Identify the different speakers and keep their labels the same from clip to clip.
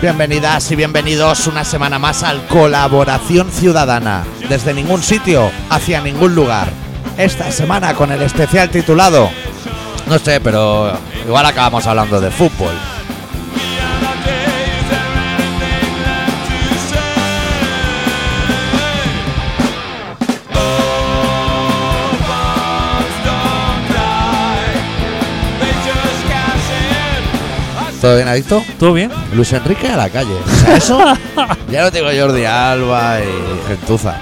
Speaker 1: Bienvenidas y bienvenidos una semana más al Colaboración Ciudadana, desde ningún sitio, hacia ningún lugar. Esta semana con el especial titulado, no sé, pero igual acabamos hablando de fútbol. ¿Todo bien, Adicto?
Speaker 2: ¿Todo bien?
Speaker 1: Luis Enrique a la calle. O sea, eso ya lo tengo Jordi Alba y Gentuza.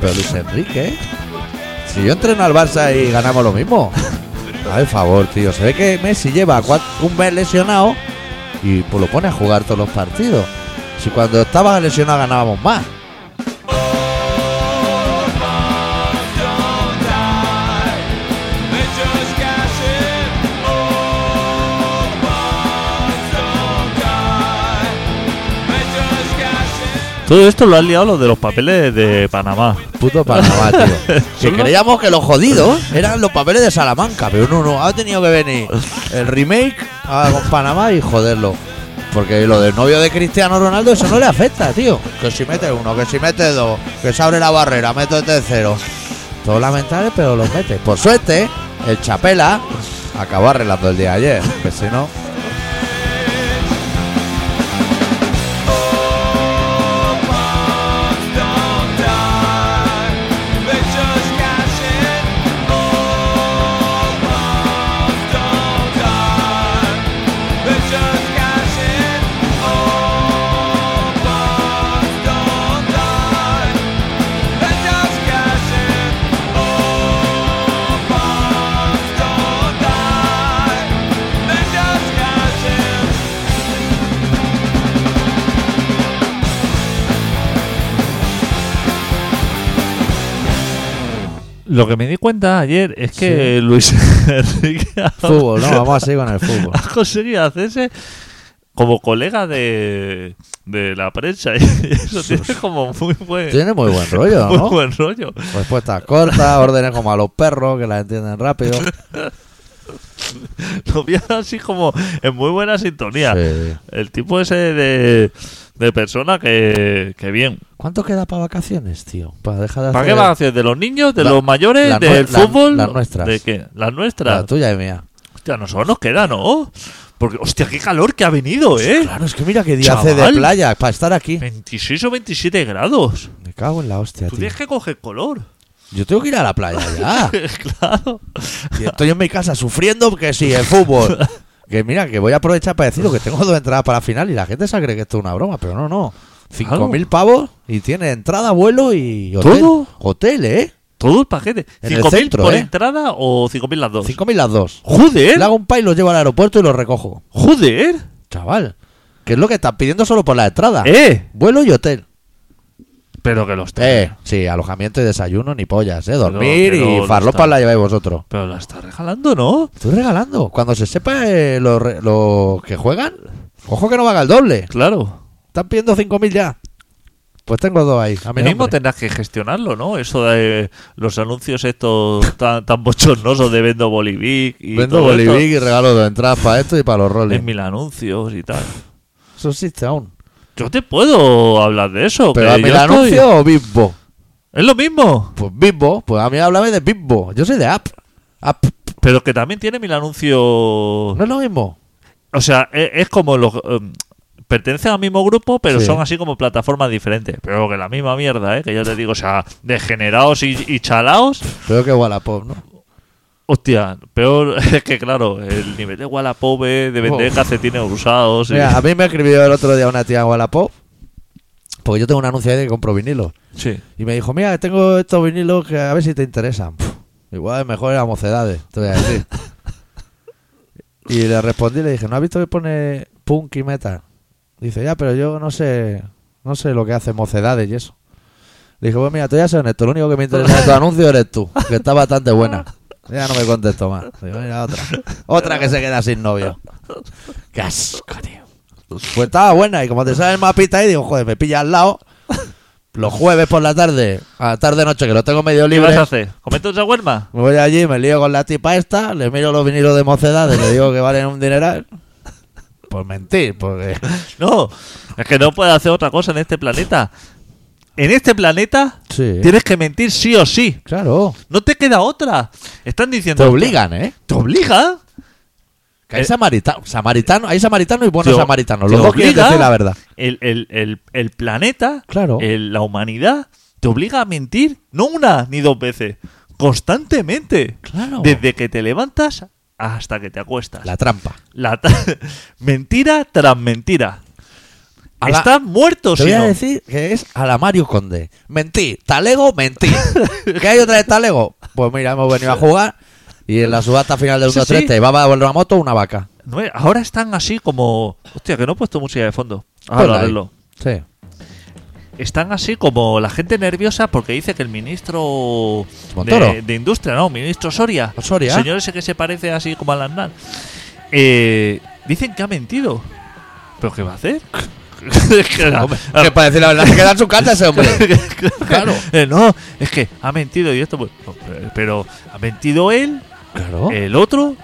Speaker 1: Pero Luis Enrique, si yo entreno al Barça y ganamos lo mismo. A favor, tío. Se ve que Messi lleva cua- un mes lesionado y pues lo pone a jugar todos los partidos. Si cuando estaba lesionado ganábamos más.
Speaker 2: Todo esto lo han liado los de los papeles de Panamá.
Speaker 1: Puto Panamá, tío. Que
Speaker 2: Son los-
Speaker 1: creíamos que los jodidos eran los papeles de Salamanca, pero no, no, ha tenido que venir el remake a con Panamá y joderlo. Porque lo del novio de Cristiano Ronaldo, eso no le afecta, tío. Que si mete uno, que si mete dos, que se abre la barrera, mete el tercero. Todos lamentables, pero los mete. Por suerte, el Chapela acabó arreglando el día de ayer, que si no.
Speaker 2: Lo que me di cuenta ayer es que Luis Enrique ha,
Speaker 1: Fútbol, no, vamos así con el fútbol.
Speaker 2: ha conseguido hacerse como colega de, de la prensa. Y eso tiene como muy buen,
Speaker 1: Tiene muy buen rollo,
Speaker 2: muy
Speaker 1: ¿no?
Speaker 2: buen rollo.
Speaker 1: Respuestas cortas, órdenes como a los perros, que las entienden rápido.
Speaker 2: Lo vi así como en muy buena sintonía.
Speaker 1: Sí.
Speaker 2: El tipo ese de, de persona que, que bien.
Speaker 1: ¿Cuánto queda para vacaciones, tío? Para dejar de
Speaker 2: ¿Para qué
Speaker 1: hacer-
Speaker 2: van a hacer? ¿De los niños? ¿De
Speaker 1: La-
Speaker 2: los mayores?
Speaker 1: las nue-
Speaker 2: ¿Del
Speaker 1: las-
Speaker 2: fútbol?
Speaker 1: las nuestras.
Speaker 2: ¿De qué? ¿Las nuestras?
Speaker 1: La tuya y mía.
Speaker 2: Hostia, nosotros nos queda, ¿no? Porque, hostia, qué calor que ha venido, ¿eh?
Speaker 1: Pues Claro, es que mira qué día
Speaker 2: día
Speaker 1: hace de
Speaker 2: chaval.
Speaker 1: playa para estar aquí.
Speaker 2: 26 o 27 grados.
Speaker 1: Me cago en la hostia,
Speaker 2: Tú
Speaker 1: tío.
Speaker 2: tienes que coger color.
Speaker 1: Yo tengo que ir a la playa ya.
Speaker 2: claro.
Speaker 1: Y estoy en mi casa sufriendo porque sí, el fútbol. Que mira, que voy a aprovechar para decirlo, que tengo dos entradas para la final y la gente se cree que esto es una broma, pero no, no. Cinco
Speaker 2: Claro.
Speaker 1: mil pavos y tiene entrada, vuelo y hotel.
Speaker 2: ¿Todo?
Speaker 1: Hotel, ¿eh?
Speaker 2: Todo el paquete.
Speaker 1: En el
Speaker 2: 5.000
Speaker 1: centro,
Speaker 2: por
Speaker 1: ¿eh?
Speaker 2: entrada o 5.000 las dos.
Speaker 1: Cinco mil las dos.
Speaker 2: ¡Joder!
Speaker 1: Le hago un pay, lo llevo al aeropuerto y lo recojo.
Speaker 2: ¡Joder!
Speaker 1: Chaval, que es lo que están pidiendo solo por la entrada.
Speaker 2: ¡Eh!
Speaker 1: Vuelo y hotel.
Speaker 2: Pero que los tenga.
Speaker 1: Eh, sí, alojamiento y desayuno, ni pollas, ¿eh? Dormir
Speaker 2: Pero- pero no
Speaker 1: y farlopa
Speaker 2: está.
Speaker 1: la lleváis vosotros.
Speaker 2: Pero la está regalando, ¿no?
Speaker 1: Estoy regalando. Cuando se sepa eh, lo, re- lo que juegan, ojo que no vaga el doble.
Speaker 2: Claro.
Speaker 1: Están pidiendo 5.000 ya. Pues tengo dos ahí. A mi
Speaker 2: mismo
Speaker 1: nombre.
Speaker 2: tendrás que gestionarlo, ¿no? Eso de los anuncios estos tan, tan bochornosos de Vendo Bolivic y
Speaker 1: Vendo
Speaker 2: todo esto.
Speaker 1: Bolivic y regalo dos entradas para esto y para los roles.
Speaker 2: en mil anuncios y tal.
Speaker 1: Eso existe aún.
Speaker 2: Yo te puedo hablar de eso.
Speaker 1: ¿Pero
Speaker 2: que
Speaker 1: a mí
Speaker 2: yo
Speaker 1: el
Speaker 2: estoy-
Speaker 1: anuncio o Bimbo?
Speaker 2: Es lo mismo,
Speaker 1: Pues Bimbo, pues a mí háblame de Bimbo. Yo soy de app. App.
Speaker 2: pero que también tiene mil anuncios.
Speaker 1: ¿No es lo mismo?
Speaker 2: O sea, e- es, como los. em, pertenecen al mismo grupo, pero
Speaker 1: Sí.
Speaker 2: son así como plataformas diferentes. Pero que la misma mierda, ¿eh? Que yo te digo, o sea, degenerados y, y chalaos.
Speaker 1: Creo que Wallapop, ¿no?
Speaker 2: Hostia, peor es que, claro, el nivel de Wallapop, eh, de vender
Speaker 1: Uf.
Speaker 2: calcetines usados. eh. y-
Speaker 1: Mira, a mí me escribió el otro día una tía en Wallapop. Porque yo tengo un anuncio ahí que compro vinilos.
Speaker 2: Sí.
Speaker 1: Y me dijo, mira, tengo estos vinilos que a ver si te interesan. Puf, igual es mejor era mocedades, te voy a decir. y le respondí, le dije, ¿no has visto que pone punk y metal? Dice, ya, pero yo no sé, no sé lo que hace mocedades y eso. Le dije, pues mira, tú ya soy honesto, lo único que me interesa de tu anuncio eres tú, que está bastante buena. Ya no me contesto más. Digo, mira, otra. Otra que se queda sin novio. Qué asco, tío. Pues estaba buena, y como te sale el mapita ahí, digo, joder, me pilla al lado. Los jueves por la tarde, a la tarde-noche, que lo tengo medio
Speaker 2: ¿Qué vas
Speaker 1: libre.
Speaker 2: a hacer? ¿Comete un shawarma?
Speaker 1: Me voy allí, me lío con la tipa esta, le miro los vinilos de mocedades, le digo que valen un dineral. por mentir, porque
Speaker 2: No, es que no puedes hacer otra cosa en este planeta. En este planeta
Speaker 1: sí,
Speaker 2: tienes que mentir sí o sí.
Speaker 1: claro,
Speaker 2: No te queda otra. Están
Speaker 1: te
Speaker 2: diciendo.
Speaker 1: obligan, ¿eh?
Speaker 2: ¿Te obliga?
Speaker 1: Que hay
Speaker 2: Eh,
Speaker 1: samaritanos, samaritano, hay samaritanos y buenos
Speaker 2: te o-
Speaker 1: samaritanos,
Speaker 2: te
Speaker 1: los dos quieren
Speaker 2: obliga.
Speaker 1: decir la verdad.
Speaker 2: El, el- el- el planeta,
Speaker 1: Claro.
Speaker 2: el- la humanidad, te obliga a mentir no una ni dos veces, constantemente.
Speaker 1: Claro.
Speaker 2: Desde que te levantas hasta que te acuestas.
Speaker 1: La trampa.
Speaker 2: La tra- mentira tras mentira.
Speaker 1: A la-
Speaker 2: Estás muerto,
Speaker 1: Te
Speaker 2: si
Speaker 1: voy a
Speaker 2: no.
Speaker 1: decir que es a la Mario Conde. Mentir, talego, mentir. ¿Qué hay otra de talego? Pues mira, hemos venido a jugar y en la subasta final del
Speaker 2: Sí,
Speaker 1: 1-3
Speaker 2: sí.
Speaker 1: te va a volver una moto o una vaca.
Speaker 2: No, eh, Ahora están así como. Hostia, que no he puesto música de fondo. Ahora
Speaker 1: Ponla ahí.
Speaker 2: arreglo.
Speaker 1: Sí.
Speaker 2: Están así como la gente nerviosa porque dice que el ministro
Speaker 1: Montoro.
Speaker 2: de, de Industria, no, ministro Soria,
Speaker 1: Soria.
Speaker 2: señor ese que se parece así como al Aznar, eh, dicen que ha mentido. ¿Pero qué va a hacer? Que la-
Speaker 1: Hombre, que para decir la verdad se queda en su casa ese hombre. Claro.
Speaker 2: Eh, no, es que ha mentido y esto, pues, pero- pero ha mentido él,
Speaker 1: Claro.
Speaker 2: el otro,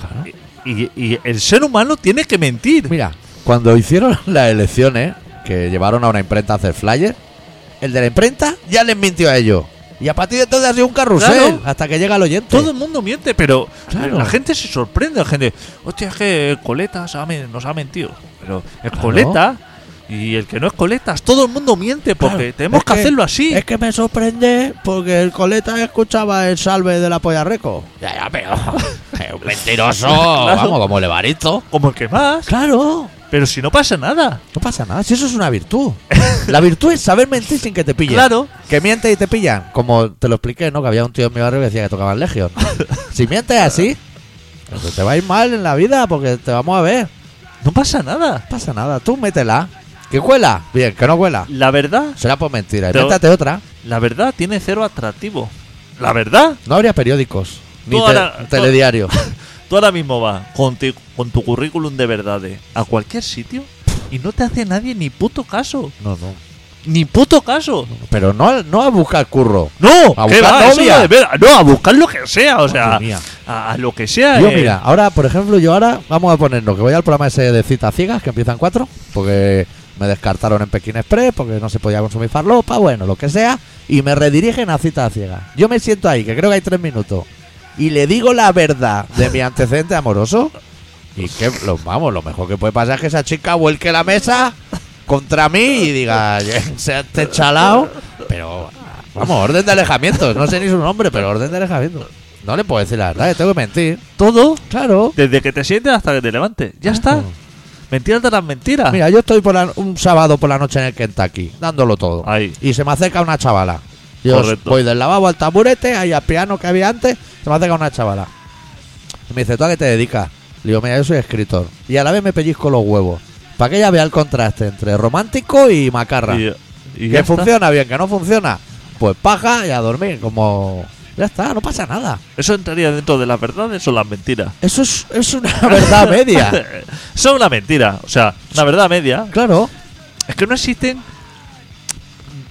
Speaker 1: claro.
Speaker 2: y, y el ser humano tiene que mentir.
Speaker 1: Mira, cuando hicieron las elecciones, que llevaron a una imprenta a hacer flyer, el de la imprenta ya les mintió a ellos. Y a partir de entonces ha sido un carrusel
Speaker 2: Claro.
Speaker 1: hasta que llega el oyente.
Speaker 2: Todo el mundo miente, pero
Speaker 1: Claro.
Speaker 2: la gente se sorprende. La gente, hostia, es que Coletas ha men- nos ha mentido. Pero el Coleta y el que no es Coletas, todo el mundo miente porque
Speaker 1: Claro.
Speaker 2: tenemos
Speaker 1: Es
Speaker 2: que,
Speaker 1: que-
Speaker 2: hacerlo así.
Speaker 1: Es que me sorprende porque el coleta escuchaba el salve de la polla reco. Ya, ya, pero. Es un mentiroso. Vamos, como el Evaristo.
Speaker 2: Como el que más,
Speaker 1: Claro.
Speaker 2: pero si no pasa nada.
Speaker 1: No pasa nada, si eso es una virtud. La virtud es saber mentir sin que te pillen.
Speaker 2: Claro,
Speaker 1: Que mientes y te pillan. Como te lo expliqué, ¿no? Que había un tío en mi barrio que decía que tocaba el Legion. si mientes así, pues te va a ir mal en la vida porque te vamos a ver. No
Speaker 2: no pasa nada.
Speaker 1: pasa nada, tú métela. ¿Que cuela? Bien, que no cuela.
Speaker 2: La verdad,
Speaker 1: Será por mentira.
Speaker 2: Te-
Speaker 1: Invéntate otra.
Speaker 2: la verdad tiene cero atractivo. La verdad,
Speaker 1: No habría periódicos. Ni
Speaker 2: Toda
Speaker 1: te-
Speaker 2: la- toda-
Speaker 1: telediario.
Speaker 2: tú ahora mismo vas con, ti- con tu currículum de verdades a cualquier sitio y no te hace nadie ni puto caso.
Speaker 1: No, no.
Speaker 2: Ni puto caso.
Speaker 1: Pero no, no a buscar curro.
Speaker 2: No,
Speaker 1: A
Speaker 2: ¿qué
Speaker 1: buscar
Speaker 2: va? Eso
Speaker 1: novia.
Speaker 2: no, de ver- no, a buscar lo que sea, o sea,
Speaker 1: Madre mía.
Speaker 2: a, a lo que sea.
Speaker 1: Yo,
Speaker 2: eh,
Speaker 1: mira, ahora, por ejemplo, yo ahora vamos a ponernos que voy al programa ese de citas ciegas que empiezan cuatro, porque me descartaron en Pekín Express, porque no se podía consumir farlopa, bueno, lo que sea, y me redirigen a citas ciegas. Yo me siento ahí, que creo que hay tres minutos, y le digo la verdad de mi antecedente amoroso, y que, lo, vamos, lo mejor que puede pasar es que esa chica vuelque la mesa contra mí y diga, se ha te chalao, pero vamos, orden de alejamiento, no sé ni su nombre, pero orden de alejamiento. No le puedo decir la verdad, le tengo que mentir.
Speaker 2: Todo,
Speaker 1: Claro.
Speaker 2: desde que te sientes hasta que te levantes. Ya está. Mentira de las mentiras.
Speaker 1: Ah. Mira, yo estoy por la- un sábado por la noche en el Kentucky, dándolo todo.
Speaker 2: Ahí.
Speaker 1: Y se me acerca una chavala. Yo
Speaker 2: Correcto.
Speaker 1: voy del lavabo al taburete, ahí al piano que había antes, se me acerca una chavala. Y me dice, ¿tú a qué te dedicas? Le digo, mira, yo soy escritor. Y a la vez me pellizco los huevos. Para que ella vea el contraste entre romántico y macarra.
Speaker 2: Y, y ya
Speaker 1: que
Speaker 2: está.
Speaker 1: funciona bien, que no funciona. Pues paja y a dormir, como... Ya está, no pasa nada.
Speaker 2: Eso entraría dentro de las verdades o las mentiras.
Speaker 1: Eso es, es una verdad media.
Speaker 2: Son una mentira. O sea, una verdad media.
Speaker 1: Claro.
Speaker 2: Es que no existen.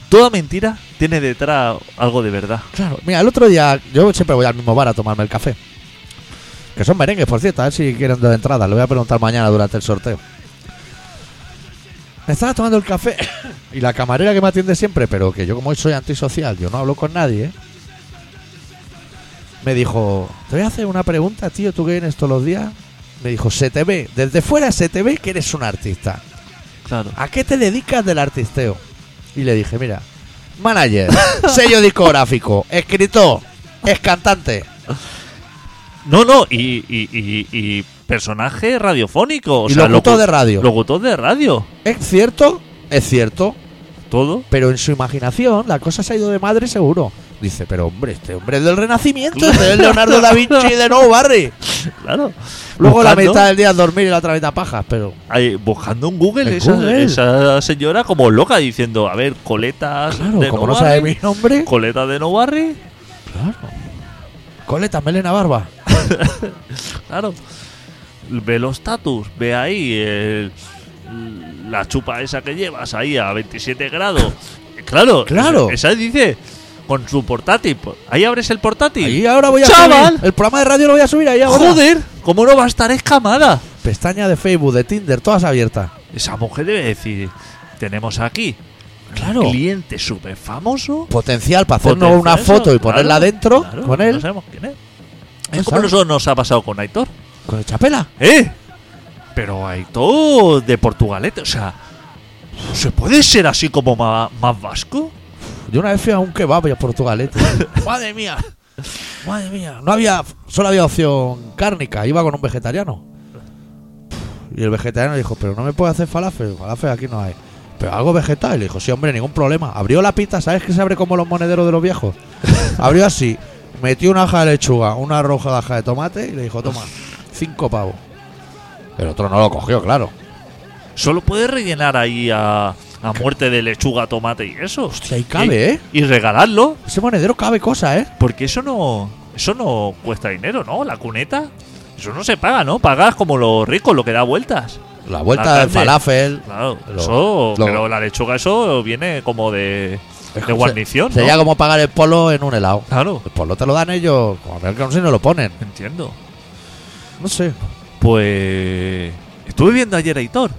Speaker 2: Toda mentira tiene detrás algo de verdad.
Speaker 1: Claro, mira, el otro día yo siempre voy al mismo bar a tomarme el café. Que son merengues, por cierto, a ver si quieren dos entradas. Le voy a preguntar mañana durante el sorteo. Me estaba tomando el café y la camarera que me atiende siempre, pero que yo como soy antisocial, yo no hablo con nadie, me dijo, te voy a hacer una pregunta, tío, tú que vienes todos los días. Me dijo, se te ve, desde fuera se te ve que eres un artista.
Speaker 2: Claro.
Speaker 1: ¿A qué te dedicas del artisteo? Y le dije, mira, manager, sello discográfico, escritor, es cantante.
Speaker 2: No, no, y, y, y- y personaje radiofónico. O
Speaker 1: y
Speaker 2: sea,
Speaker 1: locutor
Speaker 2: locu-
Speaker 1: de radio.
Speaker 2: Locutor de radio.
Speaker 1: ¿Es cierto? Es cierto.
Speaker 2: Todo.
Speaker 1: Pero en su imaginación la cosa se ha ido de madre seguro. Dice, pero hombre, este hombre es del Renacimiento, este es Leonardo da Vinci de No Barry.
Speaker 2: Claro.
Speaker 1: Luego la
Speaker 2: Buscando-
Speaker 1: mitad del día es dormir y la otra mitad pajas, pero
Speaker 2: ahí, buscando en Google,
Speaker 1: En
Speaker 2: esa,
Speaker 1: Google.
Speaker 2: esa señora como loca diciendo, a ver, coletas
Speaker 1: claro,
Speaker 2: de
Speaker 1: como
Speaker 2: no
Speaker 1: no sabe
Speaker 2: Barry,
Speaker 1: mi nombre,
Speaker 2: coleta de no Barry,
Speaker 1: claro. Coleta, melena, barba.
Speaker 2: claro. Ve los tatus, ve ahí el- la chupa esa que llevas ahí a 27 grados. Claro,
Speaker 1: Claro.
Speaker 2: Esa, esa dice con su portátil. po- Ahí abres el portátil.
Speaker 1: Y ahora voy a
Speaker 2: ¡Chaval!
Speaker 1: subir- El programa de radio lo voy a subir ahí ahora.
Speaker 2: Joder, ¿cómo no va a estar escamada?
Speaker 1: pestaña de Facebook, de Tinder, todas abiertas.
Speaker 2: Esa mujer debe decir, tenemos aquí
Speaker 1: Claro.
Speaker 2: un cliente súper famoso.
Speaker 1: Potencial para hacernos
Speaker 2: Potencia
Speaker 1: una
Speaker 2: eso,
Speaker 1: foto y
Speaker 2: claro,
Speaker 1: ponerla dentro
Speaker 2: claro,
Speaker 1: con él,
Speaker 2: No sabemos quién es.
Speaker 1: No
Speaker 2: es como
Speaker 1: sabe.
Speaker 2: nosotros nos ha pasado con Aitor.
Speaker 1: con el chapela.
Speaker 2: ¿Eh? Pero Aitor de Portugalete, o sea, ¿se puede ser así como ma- más, vasco?
Speaker 1: Yo una vez fui a un kebab a Portugalete. Madre mía. Madre mía. No había, solo había opción cárnica. Iba con un vegetariano. Y el vegetariano dijo, pero no me puede hacer falafel. Falafel aquí no hay. Pero algo vegetal. Y le dijo, sí, hombre, ningún problema. Abrió la pita, ¿sabes que se abre como los monederos de los viejos? Abrió así. Metió una hoja de lechuga, una roja de hoja de tomate y le dijo, toma, cinco pavos. El otro no lo cogió, claro.
Speaker 2: Solo puede rellenar ahí a, a muerte de lechuga, tomate y eso.
Speaker 1: ahí cabe, ¿eh?
Speaker 2: Y regalarlo,
Speaker 1: Ese monedero cabe cosa, ¿eh?
Speaker 2: porque eso no, eso no cuesta dinero, ¿no? La cuneta. Eso no se paga, ¿no? Pagas como los ricos, lo que da vueltas.
Speaker 1: La vuelta del
Speaker 2: carne.
Speaker 1: falafel.
Speaker 2: Claro,
Speaker 1: Lo-
Speaker 2: eso,
Speaker 1: lo-
Speaker 2: pero la lechuga eso viene como de, de guarnición,
Speaker 1: Sería
Speaker 2: ¿no?
Speaker 1: como pagar el polo en un helado.
Speaker 2: Claro,
Speaker 1: El polo te lo dan ellos, con el que no lo ponen.
Speaker 2: entiendo.
Speaker 1: No sé.
Speaker 2: Pues. Estuve viendo ayer a Hitor.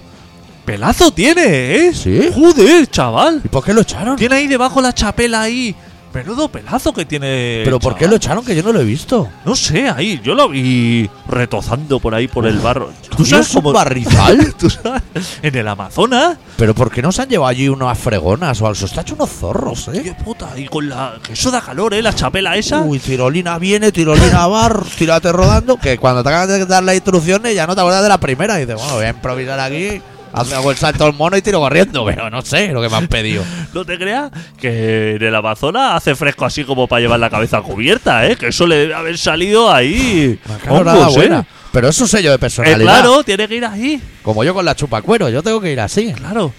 Speaker 2: Pelazo tiene, ¿eh?
Speaker 1: ¿Sí?
Speaker 2: Joder, chaval.
Speaker 1: ¿Y por qué lo echaron?
Speaker 2: Tiene ahí debajo la chapela ahí. Menudo pelazo que tiene.
Speaker 1: ¿Pero por qué lo
Speaker 2: chaval.
Speaker 1: echaron? Que yo no lo he visto.
Speaker 2: No sé, ahí. Yo lo vi retozando por ahí por el barro. ¿Tú
Speaker 1: Dios,
Speaker 2: sabes
Speaker 1: un
Speaker 2: cómo.?
Speaker 1: barrizal?
Speaker 2: ¿Tú sabes? En el Amazonas.
Speaker 1: ¿Pero por qué no se han llevado allí unas fregonas o algo? Se está hecho unos zorros,
Speaker 2: Qué
Speaker 1: ¿eh?
Speaker 2: puta. Y con la. Que eso da calor, ¿eh? La chapela esa.
Speaker 1: Uy, tirolina viene, tirolina bar, tírate rodando. Que cuando te acabas de dar las instrucciones ya no te acuerdas de la primera. Y dices, bueno, voy a improvisar aquí, hago el salto al mono y tiro corriendo. Pero no sé lo que me han pedido.
Speaker 2: No te creas que en el Amazonas hace fresco así como para llevar la cabeza cubierta, ¿eh? Que eso le debe haber salido ahí.
Speaker 1: Claro, nada
Speaker 2: hongos, ¿eh?
Speaker 1: buena. Pero es un sello de
Speaker 2: Eh,
Speaker 1: personalidad.
Speaker 2: claro, tiene que ir ahí.
Speaker 1: Como yo con la chupacuero, yo tengo que ir así.
Speaker 2: Claro.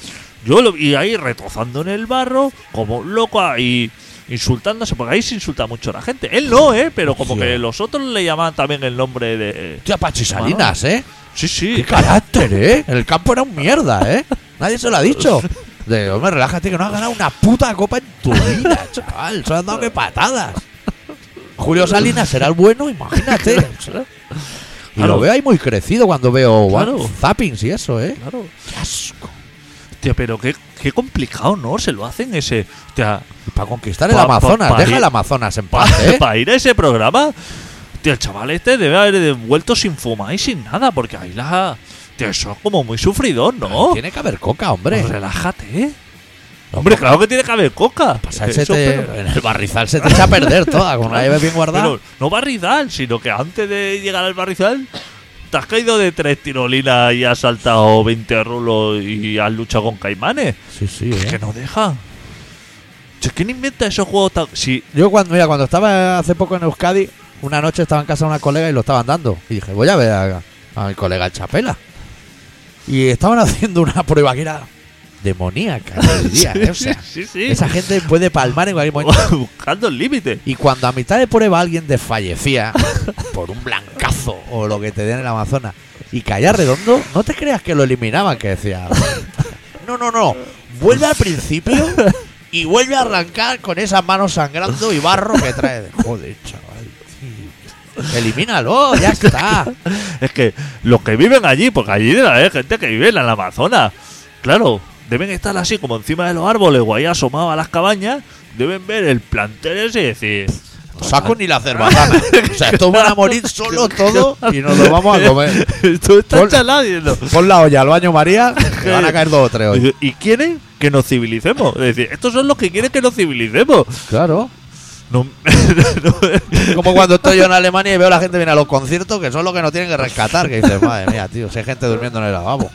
Speaker 2: Yo lo vi ahí retozando en el barro, como un loco ahí, insultándose, porque ahí se insulta mucho la gente. Él no, ¿eh? Pero como
Speaker 1: Hostia.
Speaker 2: que los otros le llamaban también el nombre de.
Speaker 1: Hostia, Pachi Salinas, ¿eh? Qué
Speaker 2: Sí, sí.
Speaker 1: carácter, ¿eh? En el campo era un mierda, ¿eh? Nadie se lo ha dicho. De, hombre, relájate que no has ganado una puta copa en tu vida, chaval. Se lo han dado que patadas. Julio Salinas será el bueno, imagínate. Y
Speaker 2: Claro.
Speaker 1: lo veo ahí muy crecido cuando veo
Speaker 2: Claro.
Speaker 1: guau, zappings y eso, ¿eh?
Speaker 2: Claro.
Speaker 1: Qué asco.
Speaker 2: Hostia, pero qué, qué complicado, ¿no? Se lo hacen ese. Hostia,
Speaker 1: Para conquistar el
Speaker 2: Pa- pa-
Speaker 1: Amazonas.
Speaker 2: pa-
Speaker 1: Deja el Amazonas en paz,
Speaker 2: para
Speaker 1: ¿eh?
Speaker 2: ir a ese programa, tío, el chaval este debe haber vuelto sin fumar y sin nada, porque ahí la. Tío, eso es como muy sufridor, ¿no?
Speaker 1: Tiene que haber coca, hombre.
Speaker 2: Relájate, ¿eh? Hombre,
Speaker 1: No,
Speaker 2: claro que tiene que haber coca.
Speaker 1: pasa es que
Speaker 2: Eso,
Speaker 1: se
Speaker 2: pero-
Speaker 1: te- en el barrizal se te echa a perder toda, como la lleves bien guardada.
Speaker 2: Pero no barrizal, sino que antes de llegar al barrizal, te has caído de tres tirolinas y has saltado 20 rulos y has luchado con caimanes.
Speaker 1: Sí, sí,
Speaker 2: Es
Speaker 1: ¿eh?
Speaker 2: que no dejan. Si, ¿Quién inventa esos juegos tan.? Si,
Speaker 1: Yo cuando, mira, cuando estaba hace poco en Euskadi, una noche estaba en casa de una colega y lo estaban dando. Y dije, voy a ver a, a mi colega el Chapela. Y estaban haciendo una prueba que era demoníaca, yo diría, ¿eh? O sea,
Speaker 2: sí, sí.
Speaker 1: esa gente puede palmar en cualquier momento.
Speaker 2: Buscando el límite.
Speaker 1: Y cuando a mitad de prueba alguien desfallecía por un blancazo o lo que te den en el Amazonas y caía redondo, no te creas que lo eliminaban, que decía. No, no, no. Vuelve al principio y vuelve a arrancar con esas manos sangrando y barro que trae. Joder, chaval. tío. Elimínalo, ya está.
Speaker 2: Es que los que viven allí, porque allí hay gente que vive en el Amazonas, claro, deben estar así como encima de los árboles o ahí asomados a las cabañas, deben ver el plantel ese y decir.
Speaker 1: No saco ni la cerbatana. O sea, esto van a morir solo todo y nos lo vamos a comer.
Speaker 2: Tú estás
Speaker 1: Pon-
Speaker 2: chalado diciendo.
Speaker 1: Pon la olla al baño María, que van a caer dos o tres hoy.
Speaker 2: Dice, Y quieren que nos civilicemos. Es decir, estos son los que quieren que nos civilicemos.
Speaker 1: Claro.
Speaker 2: No, no-
Speaker 1: Como cuando estoy yo en Alemania y veo a la gente viene a los conciertos, que son los que nos tienen que rescatar. Que dices, madre mía, tío, si hay gente durmiendo en el lavabo.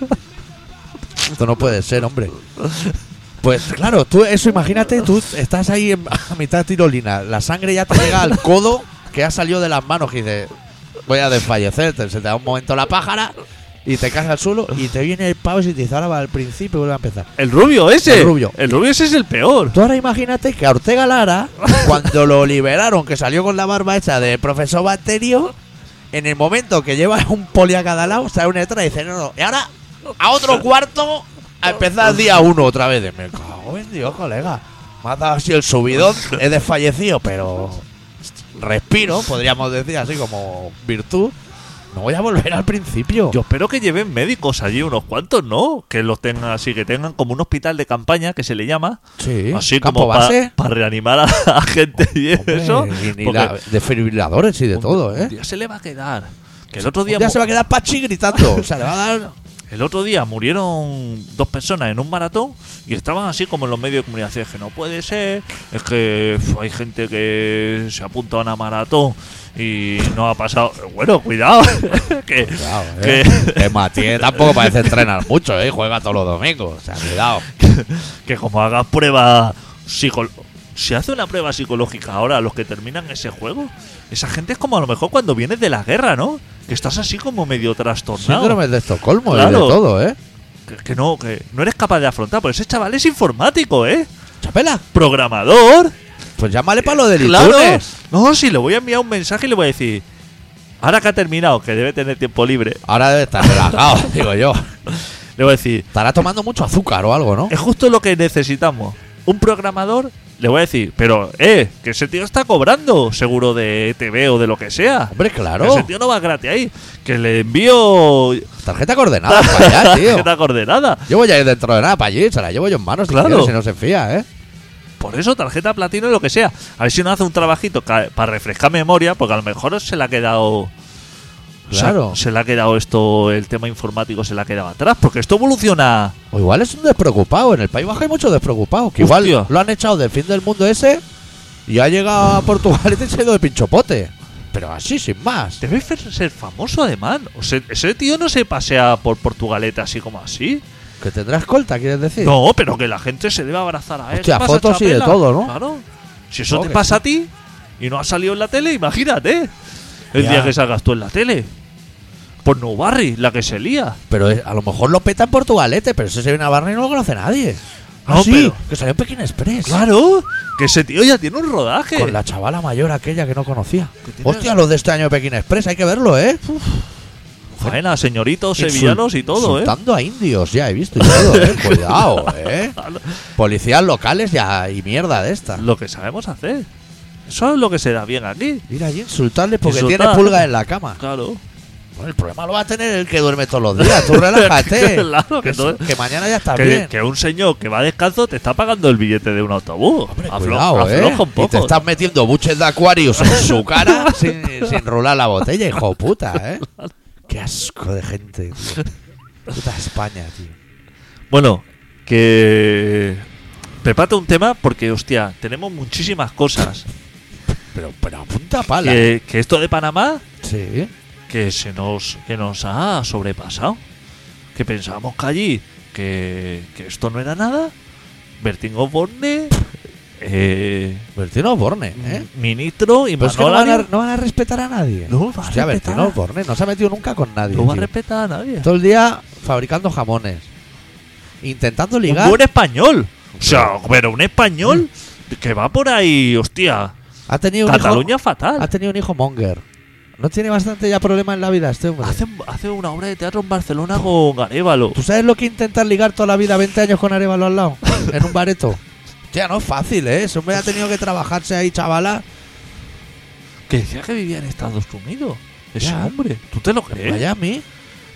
Speaker 1: Esto no puede ser, hombre. Pues claro, tú eso imagínate, tú estás ahí en- a mitad de tirolina, la sangre ya te llega al codo que ha salido de las manos y dices, voy a desfallecer, te- se te da un momento la pájara y te caes al suelo y te viene el pavo y te dice, ahora va al principio y vuelve a empezar.
Speaker 2: el rubio ese.
Speaker 1: El rubio.
Speaker 2: El rubio ese es el peor.
Speaker 1: Tú ahora imagínate que a Ortega Lara, cuando lo liberaron, que salió con la barba hecha de profesor Bacterio, en el momento que lleva un poli a cada lado, sale una detrás y dice, no, no, y ahora a otro cuarto a empezar día uno otra vez. Y Me cago en Dios, colega. Me ha dado así el subidón, he desfallecido, pero respiro, podríamos decir así como virtud. No voy a volver al principio.
Speaker 2: Yo espero que lleven médicos allí, unos cuantos, ¿no? Que los tengan así, que tengan como un hospital de campaña, que se le llama.
Speaker 1: sí.
Speaker 2: Así
Speaker 1: Campo
Speaker 2: como para
Speaker 1: base.
Speaker 2: reanimar a la gente y
Speaker 1: Hombre,
Speaker 2: eso.
Speaker 1: y- y
Speaker 2: porque
Speaker 1: la- desfibriladores y de
Speaker 2: un-
Speaker 1: todo,
Speaker 2: un
Speaker 1: ¿eh?
Speaker 2: día se le va a quedar. Que el otro día,
Speaker 1: Un día se
Speaker 2: mu-
Speaker 1: va a quedar Pachi gritando. o sea, le va a dar.
Speaker 2: el otro día murieron dos personas en un maratón y estaban así como en los medios de comunicación. Es que no puede ser, es que uf, hay gente que se apunta a una maratón y no ha pasado. Bueno, cuidado, que,
Speaker 1: Cuidado,
Speaker 2: que-
Speaker 1: ¿eh? Que Matías tampoco parece entrenar mucho, ¿eh? Juega todos los domingos. O sea, cuidado.
Speaker 2: que como hagas prueba psicológica. Se hace una prueba psicológica ahora a los que terminan ese juego. Esa gente es como a lo mejor cuando vienes de la guerra, ¿no? Que estás así como medio trastornado.
Speaker 1: Síndrome de Estocolmo y de
Speaker 2: Claro.
Speaker 1: todo, ¿eh?
Speaker 2: Que, que no, que no eres capaz de afrontar. Pero ese chaval es informático, ¿eh?
Speaker 1: Chapela,
Speaker 2: Programador.
Speaker 1: pues llámale para lo de
Speaker 2: Claro.
Speaker 1: Litunes.
Speaker 2: No, si le voy a enviar un mensaje y le voy a decir. Ahora que ha terminado, que debe tener tiempo libre,
Speaker 1: Ahora debe estar relajado, digo yo.
Speaker 2: le voy a decir,
Speaker 1: Estará tomando mucho azúcar o algo, ¿no?
Speaker 2: es justo lo que necesitamos. Un programador, le voy a decir, pero, eh, que ese tío está cobrando seguro de TV o de lo que sea.
Speaker 1: Hombre, claro.
Speaker 2: Ese tío no va gratis ahí. Que le envío
Speaker 1: Tarjeta coordenada para allá, tío.
Speaker 2: tarjeta coordenada.
Speaker 1: Yo voy a ir dentro de nada para allí, se la llevo yo en manos,
Speaker 2: Claro.
Speaker 1: claro. si no se fía, ¿eh?
Speaker 2: Por eso, tarjeta platino y lo que sea. A ver si no hace un trabajito ca- para refrescar memoria, porque a lo mejor se le ha quedado. se ha-
Speaker 1: Claro.
Speaker 2: Se, le ha quedado esto, el tema informático se le ha quedado atrás, porque esto evoluciona.
Speaker 1: O igual es un despreocupado, en el País Bajo hay muchos despreocupados, que
Speaker 2: Hostia.
Speaker 1: igual lo han echado del fin del mundo ese y ha llegado a Portugal y se ha ido de pinchopote. Pero así, sin más.
Speaker 2: Debe fer- ser famoso, además. O sea, ese tío no se pasea por Portugaleta así como así.
Speaker 1: Que tendrá escolta, quieres decir.
Speaker 2: No, pero que la gente se debe abrazar a él.
Speaker 1: Hostia,
Speaker 2: ¿Qué pasa,
Speaker 1: fotos y de
Speaker 2: Chapela?
Speaker 1: todo, ¿no?
Speaker 2: Claro. Si eso
Speaker 1: Hombre,
Speaker 2: te pasa a ti y no ha salido en la tele, imagínate. El
Speaker 1: Ya.
Speaker 2: día que salgas tú en la tele. Por No Barry, la que se lía.
Speaker 1: Pero es- a lo mejor lo peta en Portugalete, pero ese se viene a Barney y no lo conoce nadie.
Speaker 2: Ah, No,
Speaker 1: Así,
Speaker 2: pero-
Speaker 1: que salió en Pekín Express.
Speaker 2: Claro, que ese tío ya tiene un rodaje.
Speaker 1: Con la chavala mayor aquella que no conocía.
Speaker 2: Que tiene-
Speaker 1: Hostia, los de este año de Pekín Express, hay que verlo, ¿eh?
Speaker 2: Faena, señoritos,
Speaker 1: Insul-
Speaker 2: sevillanos y todo, ¿eh?
Speaker 1: Insultando a indios, ya he visto y todo, ¿eh? Cuidado, ¿eh? Policías locales ya, y mierda de esta.
Speaker 2: Lo que sabemos hacer. Eso es lo que se da bien aquí.
Speaker 1: Ir allí a insultarles porque
Speaker 2: Insultar.
Speaker 1: tiene pulga en la cama.
Speaker 2: Claro.
Speaker 1: Bueno, el problema lo va a tener el que duerme todos los días. Tú relájate.
Speaker 2: Claro, que
Speaker 1: eso-
Speaker 2: no-
Speaker 1: que mañana ya está
Speaker 2: Que,
Speaker 1: bien.
Speaker 2: que un señor que va descalzo te está pagando el billete de un autobús.
Speaker 1: Hombre,
Speaker 2: Aflo-
Speaker 1: cuidado, ¿eh?
Speaker 2: afloja un
Speaker 1: Y te
Speaker 2: poco.
Speaker 1: estás metiendo buches de Aquarius en su cara sin, sin rolar la botella, hijo puta, ¿eh? Qué asco de gente. tío. Puta España, tío.
Speaker 2: Bueno, que. Prepárate un tema porque, hostia, tenemos muchísimas cosas.
Speaker 1: Pero, pero a punta pala.
Speaker 2: Que, que esto de Panamá,
Speaker 1: Sí.
Speaker 2: que se nos, que nos ha sobrepasado. Que pensábamos que allí, que, que esto no era nada. Bertín Osborne, eh,
Speaker 1: Bertino Osborne, ¿eh?
Speaker 2: ministro y
Speaker 1: Pero es que no van, a,
Speaker 2: Manolo.
Speaker 1: no van a respetar a nadie.
Speaker 2: No va a
Speaker 1: Hostia,
Speaker 2: respetar.
Speaker 1: Bertino Osborne no se ha metido nunca con nadie.
Speaker 2: No va a
Speaker 1: tío.
Speaker 2: respetar a nadie.
Speaker 1: Todo el día fabricando jamones. Intentando
Speaker 2: Un
Speaker 1: ligar
Speaker 2: buen español. O sea, pero un español
Speaker 1: Mm.
Speaker 2: que va por ahí, hostia.
Speaker 1: Ha tenido un
Speaker 2: Cataluña
Speaker 1: hijo, ha
Speaker 2: fatal.
Speaker 1: tenido un hijo monger. No tiene bastante ya problema en la vida este hombre.
Speaker 2: Hace, hace una obra de teatro en Barcelona con Arevalo.
Speaker 1: ¿Tú sabes lo que intentar ligar toda la vida 20 años con Arevalo al lado? En un bareto. Tía, no es fácil, ¿eh? Ese hombre ha tenido que trabajarse ahí, chavala.
Speaker 2: Que decía que vivía en Estados Unidos. Ese
Speaker 1: Ya.
Speaker 2: hombre, ¿eh? ¿tú te lo
Speaker 1: En
Speaker 2: crees?
Speaker 1: Miami.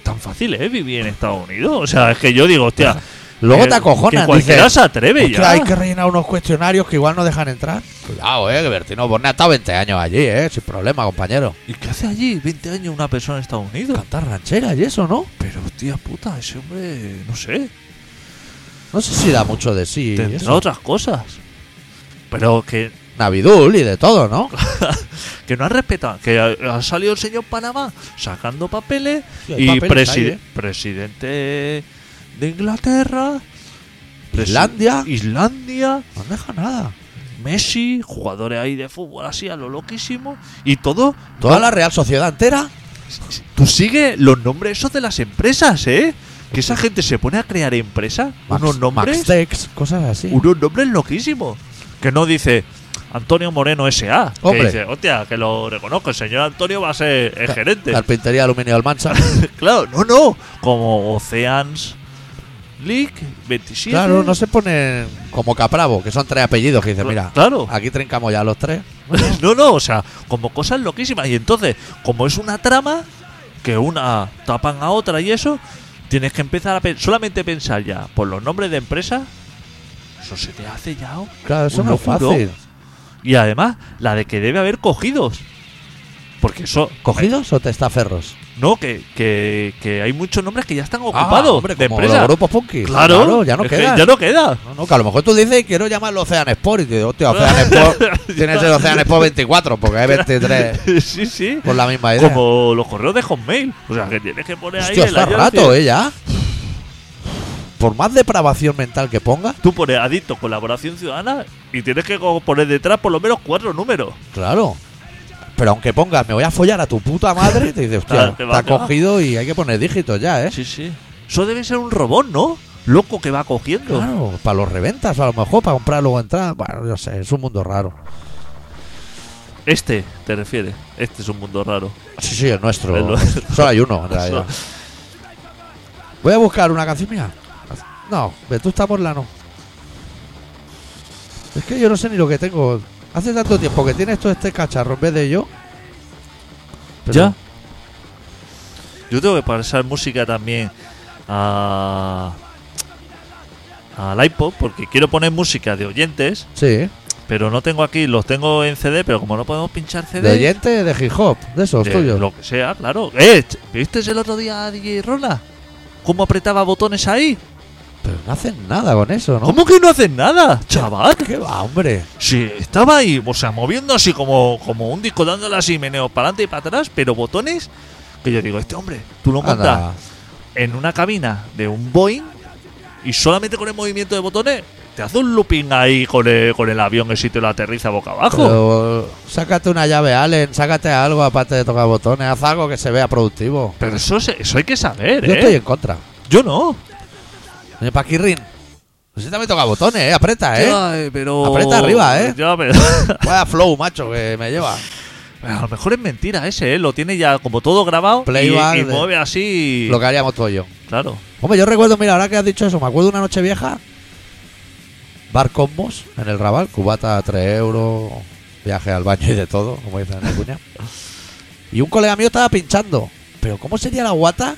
Speaker 2: Tan fácil es vivir en Estados Unidos. O sea, es que yo digo, hostia.
Speaker 1: Luego
Speaker 2: que-
Speaker 1: te acojonas.
Speaker 2: Que cualquiera
Speaker 1: dices,
Speaker 2: se atreve
Speaker 1: "Ostras,
Speaker 2: ya.
Speaker 1: hay que rellenar unos cuestionarios que igual no dejan entrar. Cuidado, ¿eh? Que Bertino Borne ha estado 20 años allí, ¿eh? Sin problema, compañero.
Speaker 2: ¿Y qué hace allí 20 años una persona en Estados Unidos?
Speaker 1: Cantar rancheras y eso, ¿no?
Speaker 2: Pero hostia puta, ese hombre, no sé,
Speaker 1: No sé si da mucho de sí.
Speaker 2: tendrá
Speaker 1: eso.
Speaker 2: otras cosas. Pero que,
Speaker 1: Navidul y de todo, ¿no?
Speaker 2: que no ha respetado, que ha, ha salido el señor Panamá sacando papeles
Speaker 1: Sí, hay
Speaker 2: y
Speaker 1: papeles ahí,
Speaker 2: presi-
Speaker 1: ¿eh?
Speaker 2: presidente de Inglaterra, presi-
Speaker 1: Islandia.
Speaker 2: Islandia,
Speaker 1: No deja nada.
Speaker 2: Messi, jugadores ahí de fútbol así a lo loquísimo y todo.
Speaker 1: Toda la Real Sociedad entera.
Speaker 2: Tú sigue los nombres esos de las empresas, ¿eh? Que esa gente se pone a crear empresas,
Speaker 1: Max-
Speaker 2: unos nombres.
Speaker 1: Maxtex, cosas así.
Speaker 2: unos nombres loquísimos. Que no dice Antonio Moreno S.A.
Speaker 1: Hombre.
Speaker 2: Que dice, hostia, que lo reconozco, el señor Antonio va a ser el
Speaker 1: Ca-
Speaker 2: gerente.
Speaker 1: Carpintería Aluminio Almansa.
Speaker 2: claro, no, no. Como Oceans League 27.
Speaker 1: claro, no se ponen como Capravo, que son tres apellidos que dicen,
Speaker 2: Cla-
Speaker 1: mira,
Speaker 2: claro.
Speaker 1: aquí trincamos ya los tres.
Speaker 2: no, no, o sea, como cosas loquísimas. Y entonces, como es una trama, que una tapan a otra y eso, tienes que empezar a pen- solamente pensar ya por los nombres de empresas. Eso se te hace ya.
Speaker 1: Claro, eso
Speaker 2: Un
Speaker 1: no es
Speaker 2: locuro.
Speaker 1: fácil.
Speaker 2: Y además, la de que debe haber cogidos. Porque eso.
Speaker 1: ¿Cogidos o testaferros?
Speaker 2: No, que, que, que hay muchos nombres que ya están
Speaker 1: Ah,
Speaker 2: ocupados
Speaker 1: hombre,
Speaker 2: de
Speaker 1: como
Speaker 2: empresas.
Speaker 1: los grupos punky.
Speaker 2: Claro,
Speaker 1: ya no
Speaker 2: es que
Speaker 1: queda.
Speaker 2: Ya no queda.
Speaker 1: No, no, que a lo mejor tú dices quiero llamarlo Ocean Sport y te digo, hostia, Ocean Sport, tienes el Ocean Sport 24 porque hay 23
Speaker 2: sí, sí.
Speaker 1: con la misma idea.
Speaker 2: Como los correos de Hotmail. O sea, que tienes que poner
Speaker 1: Hostia,
Speaker 2: ahí el
Speaker 1: está
Speaker 2: ayer,
Speaker 1: rato,
Speaker 2: tío.
Speaker 1: ¿eh? Ya. Por más depravación mental que ponga,
Speaker 2: Tú pones adicto, colaboración ciudadana y tienes que co- poner detrás por lo menos cuatro números.
Speaker 1: claro. Pero aunque pongas, me voy a follar a tu puta madre, te dices, hostia,
Speaker 2: Ah, te va,
Speaker 1: está
Speaker 2: te va.
Speaker 1: cogido y hay que poner dígitos ya, ¿eh?
Speaker 2: Sí, sí. Eso debe ser un robot, ¿no? Loco que va cogiendo.
Speaker 1: Claro, para los reventas, a lo mejor, para comprar luego entradas. Bueno, yo sé, es un mundo raro.
Speaker 2: Este, te refieres. Este es un mundo raro.
Speaker 1: Sí, sí, el nuestro.
Speaker 2: El nuestro.
Speaker 1: Solo hay uno, en realidad. Voy a buscar una canción mía. No, Vetusta Morla no. Es que yo no sé ni lo que tengo. Hace tanto tiempo que tienes todo este cacharro en vez de yo. Pero-
Speaker 2: ¿Ya? Yo tengo que pasar música también a. al iPod, porque quiero poner música de oyentes,
Speaker 1: Sí.
Speaker 2: pero no tengo aquí, los tengo en CD, pero como no podemos pinchar CD.
Speaker 1: De oyente de hip hop, de esos
Speaker 2: de
Speaker 1: tuyos.
Speaker 2: Lo que sea, claro. ¡Eh! ch- ¿Viste el otro día a DJ Rola? ¿Cómo apretaba botones ahí?
Speaker 1: Pero no hacen nada con eso, ¿no?
Speaker 2: ¿Cómo que no hacen nada, chaval?
Speaker 1: ¿Qué va, hombre?
Speaker 2: Sí, estaba ahí, o sea, moviendo así como, como un disco, dándole así, meneo para adelante y para atrás, pero botones que yo digo, este hombre, tú lo montas
Speaker 1: Anda.
Speaker 2: en una cabina de un Boeing y solamente con el movimiento de botones te hace un looping ahí con el, con el avión que si te lo aterriza boca abajo.
Speaker 1: Pero sácate una llave, Allen. Sácate algo aparte de tocar botones. Haz algo que se vea productivo.
Speaker 2: Pero eso, se- eso hay que saber,
Speaker 1: Yo
Speaker 2: ¿eh?
Speaker 1: estoy en contra.
Speaker 2: Yo no.
Speaker 1: Oye, Paquirrin. Usted también toca botones, eh. Aprieta, eh.
Speaker 2: Ay, pero...
Speaker 1: Aprieta arriba, ¿eh?
Speaker 2: Ya, pero-
Speaker 1: Vaya flow, macho, que me lleva.
Speaker 2: A lo mejor es mentira ese, ¿eh? Lo tiene ya como todo grabado y-
Speaker 1: Playback
Speaker 2: y,
Speaker 1: de-
Speaker 2: mueve así...
Speaker 1: Lo que haríamos tú y yo.
Speaker 2: Claro.
Speaker 1: Hombre, yo recuerdo, mira, ahora que has dicho eso, me acuerdo de una noche vieja. Bar Combos en el Raval, cubata a 3 euros, viaje al baño y de todo, como dicen en la cuña. Y un colega mío estaba pinchando. Pero ¿cómo sería la guata?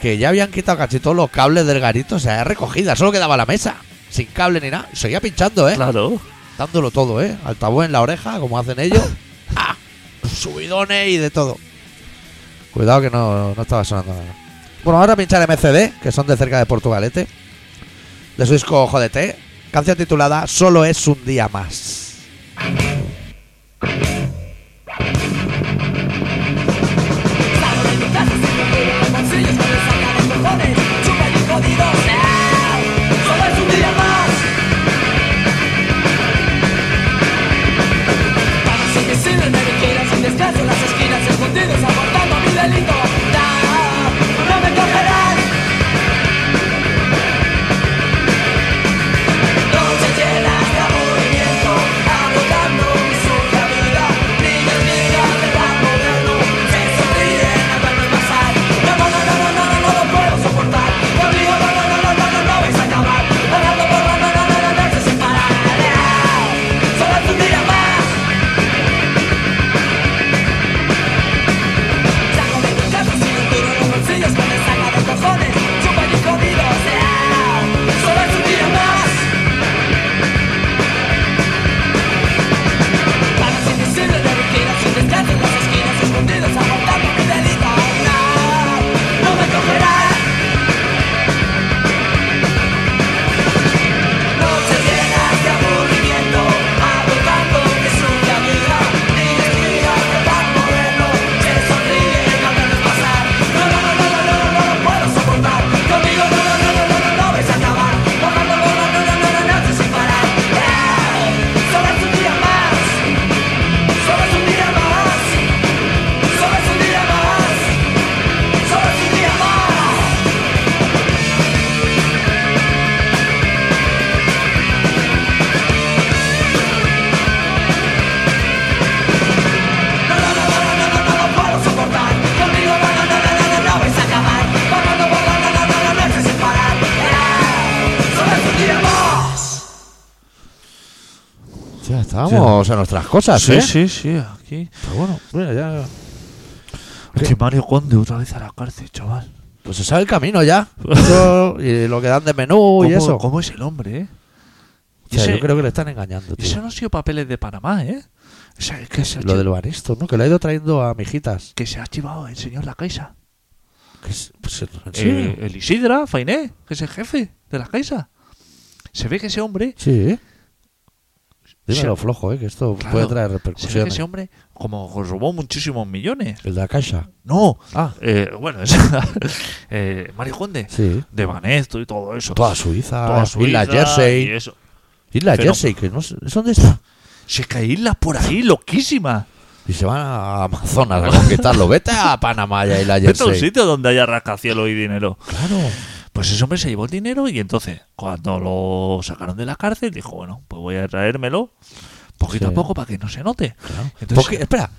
Speaker 1: Que ya habían quitado casi todos los cables del garito, o sea, recogida, solo quedaba la mesa, sin cable ni nada. Y seguía pinchando, ¿eh?
Speaker 2: Claro.
Speaker 1: dándolo todo, ¿eh? Altavoz en la oreja, como hacen ellos. ¡Ah! Subidones y de todo. Cuidado que no, no estaba sonando nada. Bueno, ahora pinchar MCD, que son de cerca de Portugalete. De su disco Jodete. Canción titulada Solo es un día más.
Speaker 3: Salgo de mi casa sin motivo, los bolsillos con el saca de cojones, chupa y jodido. ¡No! Solo es un día más. Panos invisibles me vigilan sin descanso en las esquinas, escondidos aportando mi delito. ¡No! ¡No me cogerán! Noche llenas de aburrimiento, agotando mi sucia vida. Niños, niñas de edad moderno, se sonríen al verme pasar. No, no, no, no, no, no, no, no lo puedo soportar. Conmigo no, no, no, no, no, no, no vais a acabar. Hablando por la no, no, no, no, no se separarán. Solo es un día más. Saco de mi casa sin un duro en los bolsillos con el saca de cojones. Chupan y jodidos, ¡eh! Solo es un día más. Panos invisibles de rugidas sin descanso en las esquinas escondidos aguantando mi delito No, no me cogerán Noches llenas de aburrimiento agotando mi sucia vida Niños, niñas de edad moderno se sonríen al verme pasar No, no, no, no, no, no, no, no lo puedo soportar Conmigo no, no, no, no, no, no, no vais a acabar Borrando, borrando, no, no, no, no, no, sin parar ¡Eh! Solo es un día más Solo es un día más, solo es un día más, solo es un día más. No, no, no, no, no, no, no, no lo puedo soportar. Conmigo no, no, no, no, no, no, no vais a acabar. Borrando, borrando, no, no, no, no se separar. Eh, Solo es un día más.
Speaker 1: Ya estábamos a nuestras cosas, ¿eh?
Speaker 2: sí, sí, aquí.
Speaker 1: Pero bueno, mira, ya.
Speaker 2: Es que Mario Conde otra vez a la cárcel, chaval.
Speaker 1: Pues se sabe el camino ya. Eso, y lo que dan de menú y
Speaker 2: ¿Cómo-
Speaker 1: eso.
Speaker 2: ¿Cómo es el hombre, eh?
Speaker 1: O sea,
Speaker 2: Ese-
Speaker 1: yo creo que le están engañando.
Speaker 2: Y
Speaker 1: tío.
Speaker 2: eso no han sido papeles de Panamá, ¿eh? O sea, es que, se ha
Speaker 1: Lo
Speaker 2: chi-
Speaker 1: del baresto, ¿no? Que lo ha ido trayendo a mijitas.
Speaker 2: que se ha chivado el señor La Caixa.
Speaker 1: Que es- pues, ¿en serio?
Speaker 2: Eh, el Isidra Fainé, que es el jefe de La Caixa. Se ve que ese hombre,
Speaker 1: Sí, ¿eh? Dímelo
Speaker 2: Sí.
Speaker 1: flojo, ¿eh? Que esto
Speaker 2: Claro.
Speaker 1: puede traer
Speaker 2: se ve que
Speaker 1: repercusiones.
Speaker 2: ese hombre como robó muchísimos millones.
Speaker 1: El de la caixa.
Speaker 2: No,
Speaker 1: Ah,
Speaker 2: eh, bueno, es, eh, Mario Conde,
Speaker 1: sí.
Speaker 2: de Vanesto y todo eso.
Speaker 1: Toda Suiza,
Speaker 2: Toda Suiza
Speaker 1: Isla
Speaker 2: y
Speaker 1: Jersey.
Speaker 2: eso.
Speaker 1: Isla
Speaker 2: Fenómeno.
Speaker 1: Jersey, que no sé. ¿es ¿Dónde está?
Speaker 2: Si es que hay islas por ahí, loquísimas.
Speaker 1: Y se van a Amazonas a conquistarlo. Vete a Panamá y a Isla
Speaker 2: Vete a un
Speaker 1: Jersey.
Speaker 2: sitio donde haya rascacielos y dinero.
Speaker 1: Claro.
Speaker 2: Pues ese hombre se llevó el dinero y entonces, cuando lo sacaron de la cárcel, dijo, bueno, pues voy a traérmelo poquito
Speaker 1: Sí.
Speaker 2: a poco para que no se note.
Speaker 1: claro.
Speaker 2: Entonces-
Speaker 1: Poqui- espera,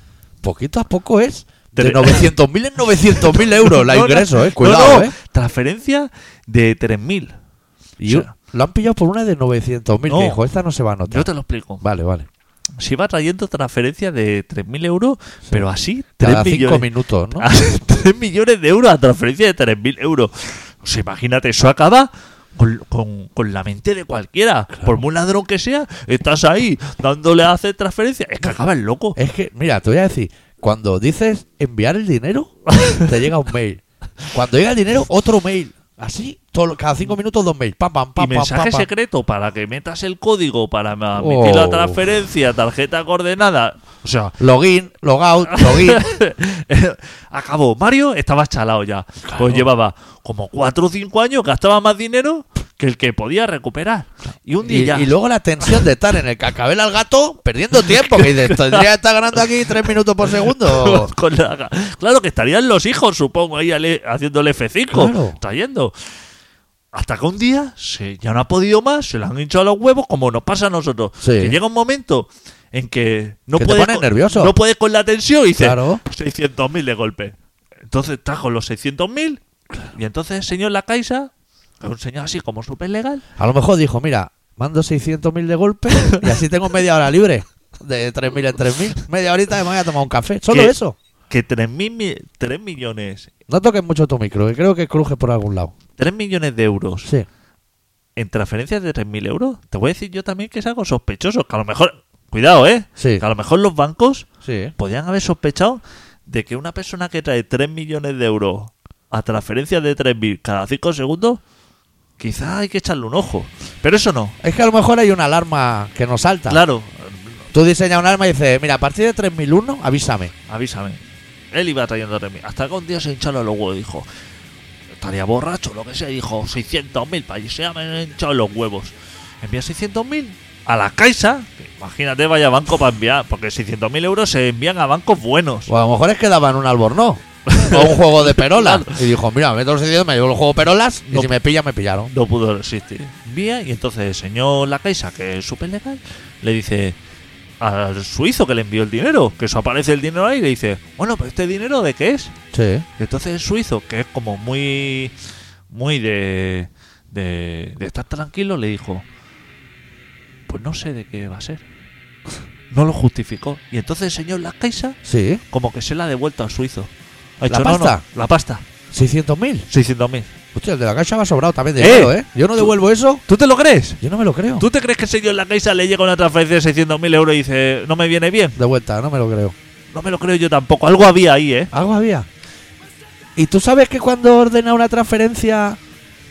Speaker 1: poquito a poco es. De
Speaker 2: Tre-
Speaker 1: 900.000 en 900.000 euros la
Speaker 2: No, no,
Speaker 1: ingreso, ¿eh?
Speaker 2: no,
Speaker 1: Cuidado,
Speaker 2: no,
Speaker 1: ¿eh?
Speaker 2: Transferencia de 3.000.
Speaker 1: Y
Speaker 2: o sea,
Speaker 1: lo han pillado por una de 900.000
Speaker 2: No.
Speaker 1: que dijo, esta no se va a notar.
Speaker 2: yo te lo explico.
Speaker 1: Vale, vale.
Speaker 2: Se iba trayendo transferencias de 3.000 euros, pero así, 3
Speaker 1: Cada cinco
Speaker 2: millones.
Speaker 1: minutos, ¿no?
Speaker 2: 3 millones de euros a transferencia de 3.000 euros. O sea, imagínate, eso acaba con, con- con la mente de cualquiera. Por muy ladrón que sea, estás ahí dándole a hacer transferencias. Es que acaba el loco.
Speaker 1: Es que, mira, te voy a decir, cuando dices enviar el dinero, te llega un mail. Cuando llega el dinero, otro mail. Así, todo, cada cinco minutos dos mails. Pam, pam, pam,
Speaker 2: y
Speaker 1: pam,
Speaker 2: mensaje
Speaker 1: pam, pam.
Speaker 2: secreto para que metas el código para ma- emitir la
Speaker 1: Oh.
Speaker 2: transferencia, tarjeta coordenada. O sea,
Speaker 1: Login, logout, login.
Speaker 2: acabó. Mario estaba chalado ya.
Speaker 1: Claro.
Speaker 2: Pues llevaba como 4 o 5 años, gastaba más dinero que el que podía recuperar. Y un día
Speaker 1: y,
Speaker 2: ya.
Speaker 1: y luego la tensión de estar en el cacabel al gato perdiendo tiempo. Que dices, tendría que estar ganando aquí tres minutos por segundo.
Speaker 2: Con la- claro que estarían los hijos, supongo, ahí ale- haciendo el F5,
Speaker 1: Claro.
Speaker 2: trayendo. Hasta que un día se, ya no ha podido más, se le han hinchado los huevos, como nos pasa a nosotros.
Speaker 1: Sí.
Speaker 2: Que llega un momento en que no
Speaker 1: Que te
Speaker 2: puedes.
Speaker 1: pones
Speaker 2: con-
Speaker 1: nervioso.
Speaker 2: No puedes con la tensión y dices
Speaker 1: Claro.
Speaker 2: 600.000 de golpe. Entonces estás con los 600.000 y entonces el señor La Caixa, que es un señor así como súper legal,
Speaker 1: A lo mejor dijo, mira, mando 600.000 de golpe y así tengo media hora libre. De 3.000 en 3.000. Media horita que me voy a tomar un café. Solo
Speaker 2: ¿Qué?
Speaker 1: eso.
Speaker 2: que 3, mi, 3 millones.
Speaker 1: No toques mucho tu micro, que creo que cruje por algún lado.
Speaker 2: 3 millones de euros
Speaker 1: Sí.
Speaker 2: en transferencias de 3.000 euros, te voy a decir yo también que es algo sospechoso. Que a lo mejor, cuidado, ¿eh?
Speaker 1: Sí.
Speaker 2: Que a lo mejor los bancos
Speaker 1: Sí.
Speaker 2: podían haber sospechado de que una persona que trae 3 millones de euros a transferencias de 3.000 cada 5 segundos, quizá hay que echarle un ojo. Pero eso no.
Speaker 1: Es que a lo mejor hay una alarma que nos salta.
Speaker 2: Claro,
Speaker 1: Tú diseñas una alarma y dices, mira, a partir de 3001, avísame.
Speaker 2: avísame. Él iba trayendo 3.000. Hasta que un día se hincharon los huevos, dijo. Estaría borracho, lo que sea, y dijo 600.000 para allí. Se me han hinchado los huevos. Envía 600.000 a la Caixa. que imagínate, vaya banco para enviar. Porque 600.000 euros se envían a bancos buenos.
Speaker 1: O a lo mejor es que daban un albornoz. o un juego de perolas. Y dijo, mira, meto los sitios, me llevo el juego perolas. Y
Speaker 2: No.
Speaker 1: si me pilla, me pillaron.
Speaker 2: No pudo resistir. Envía y entonces el señor La Caixa, que es súper legal, le dice al suizo que le envió el dinero, que eso aparece el dinero ahí, y le dice, bueno, pero este dinero de qué es?
Speaker 1: Sí.
Speaker 2: Y entonces el suizo, que es como muy. muy de. de, de estar tranquilo, le dijo: Pues no sé de qué va a ser. No lo justificó. Y entonces el señor La Caixa,
Speaker 1: Sí.
Speaker 2: como que se la ha devuelto al suizo. Ha
Speaker 1: ¿La
Speaker 2: dicho, "No, no,
Speaker 1: pasta?
Speaker 2: la pasta,
Speaker 1: 600.000.
Speaker 2: 600.000.
Speaker 1: Hostia, el de la caixa me ha sobrado también de dinero, ¿eh? Yo no devuelvo eso.
Speaker 2: ¿Tú te lo crees?
Speaker 1: Yo no me lo creo.
Speaker 2: ¿Tú te crees que el señor La Caixa le llega una transferencia de 600.000 euros y dice: No me viene bien?
Speaker 1: De vuelta, no me lo creo.
Speaker 2: No me lo creo yo tampoco. Algo había ahí, ¿eh?
Speaker 1: Algo había. ¿Y tú sabes que cuando ordena una transferencia,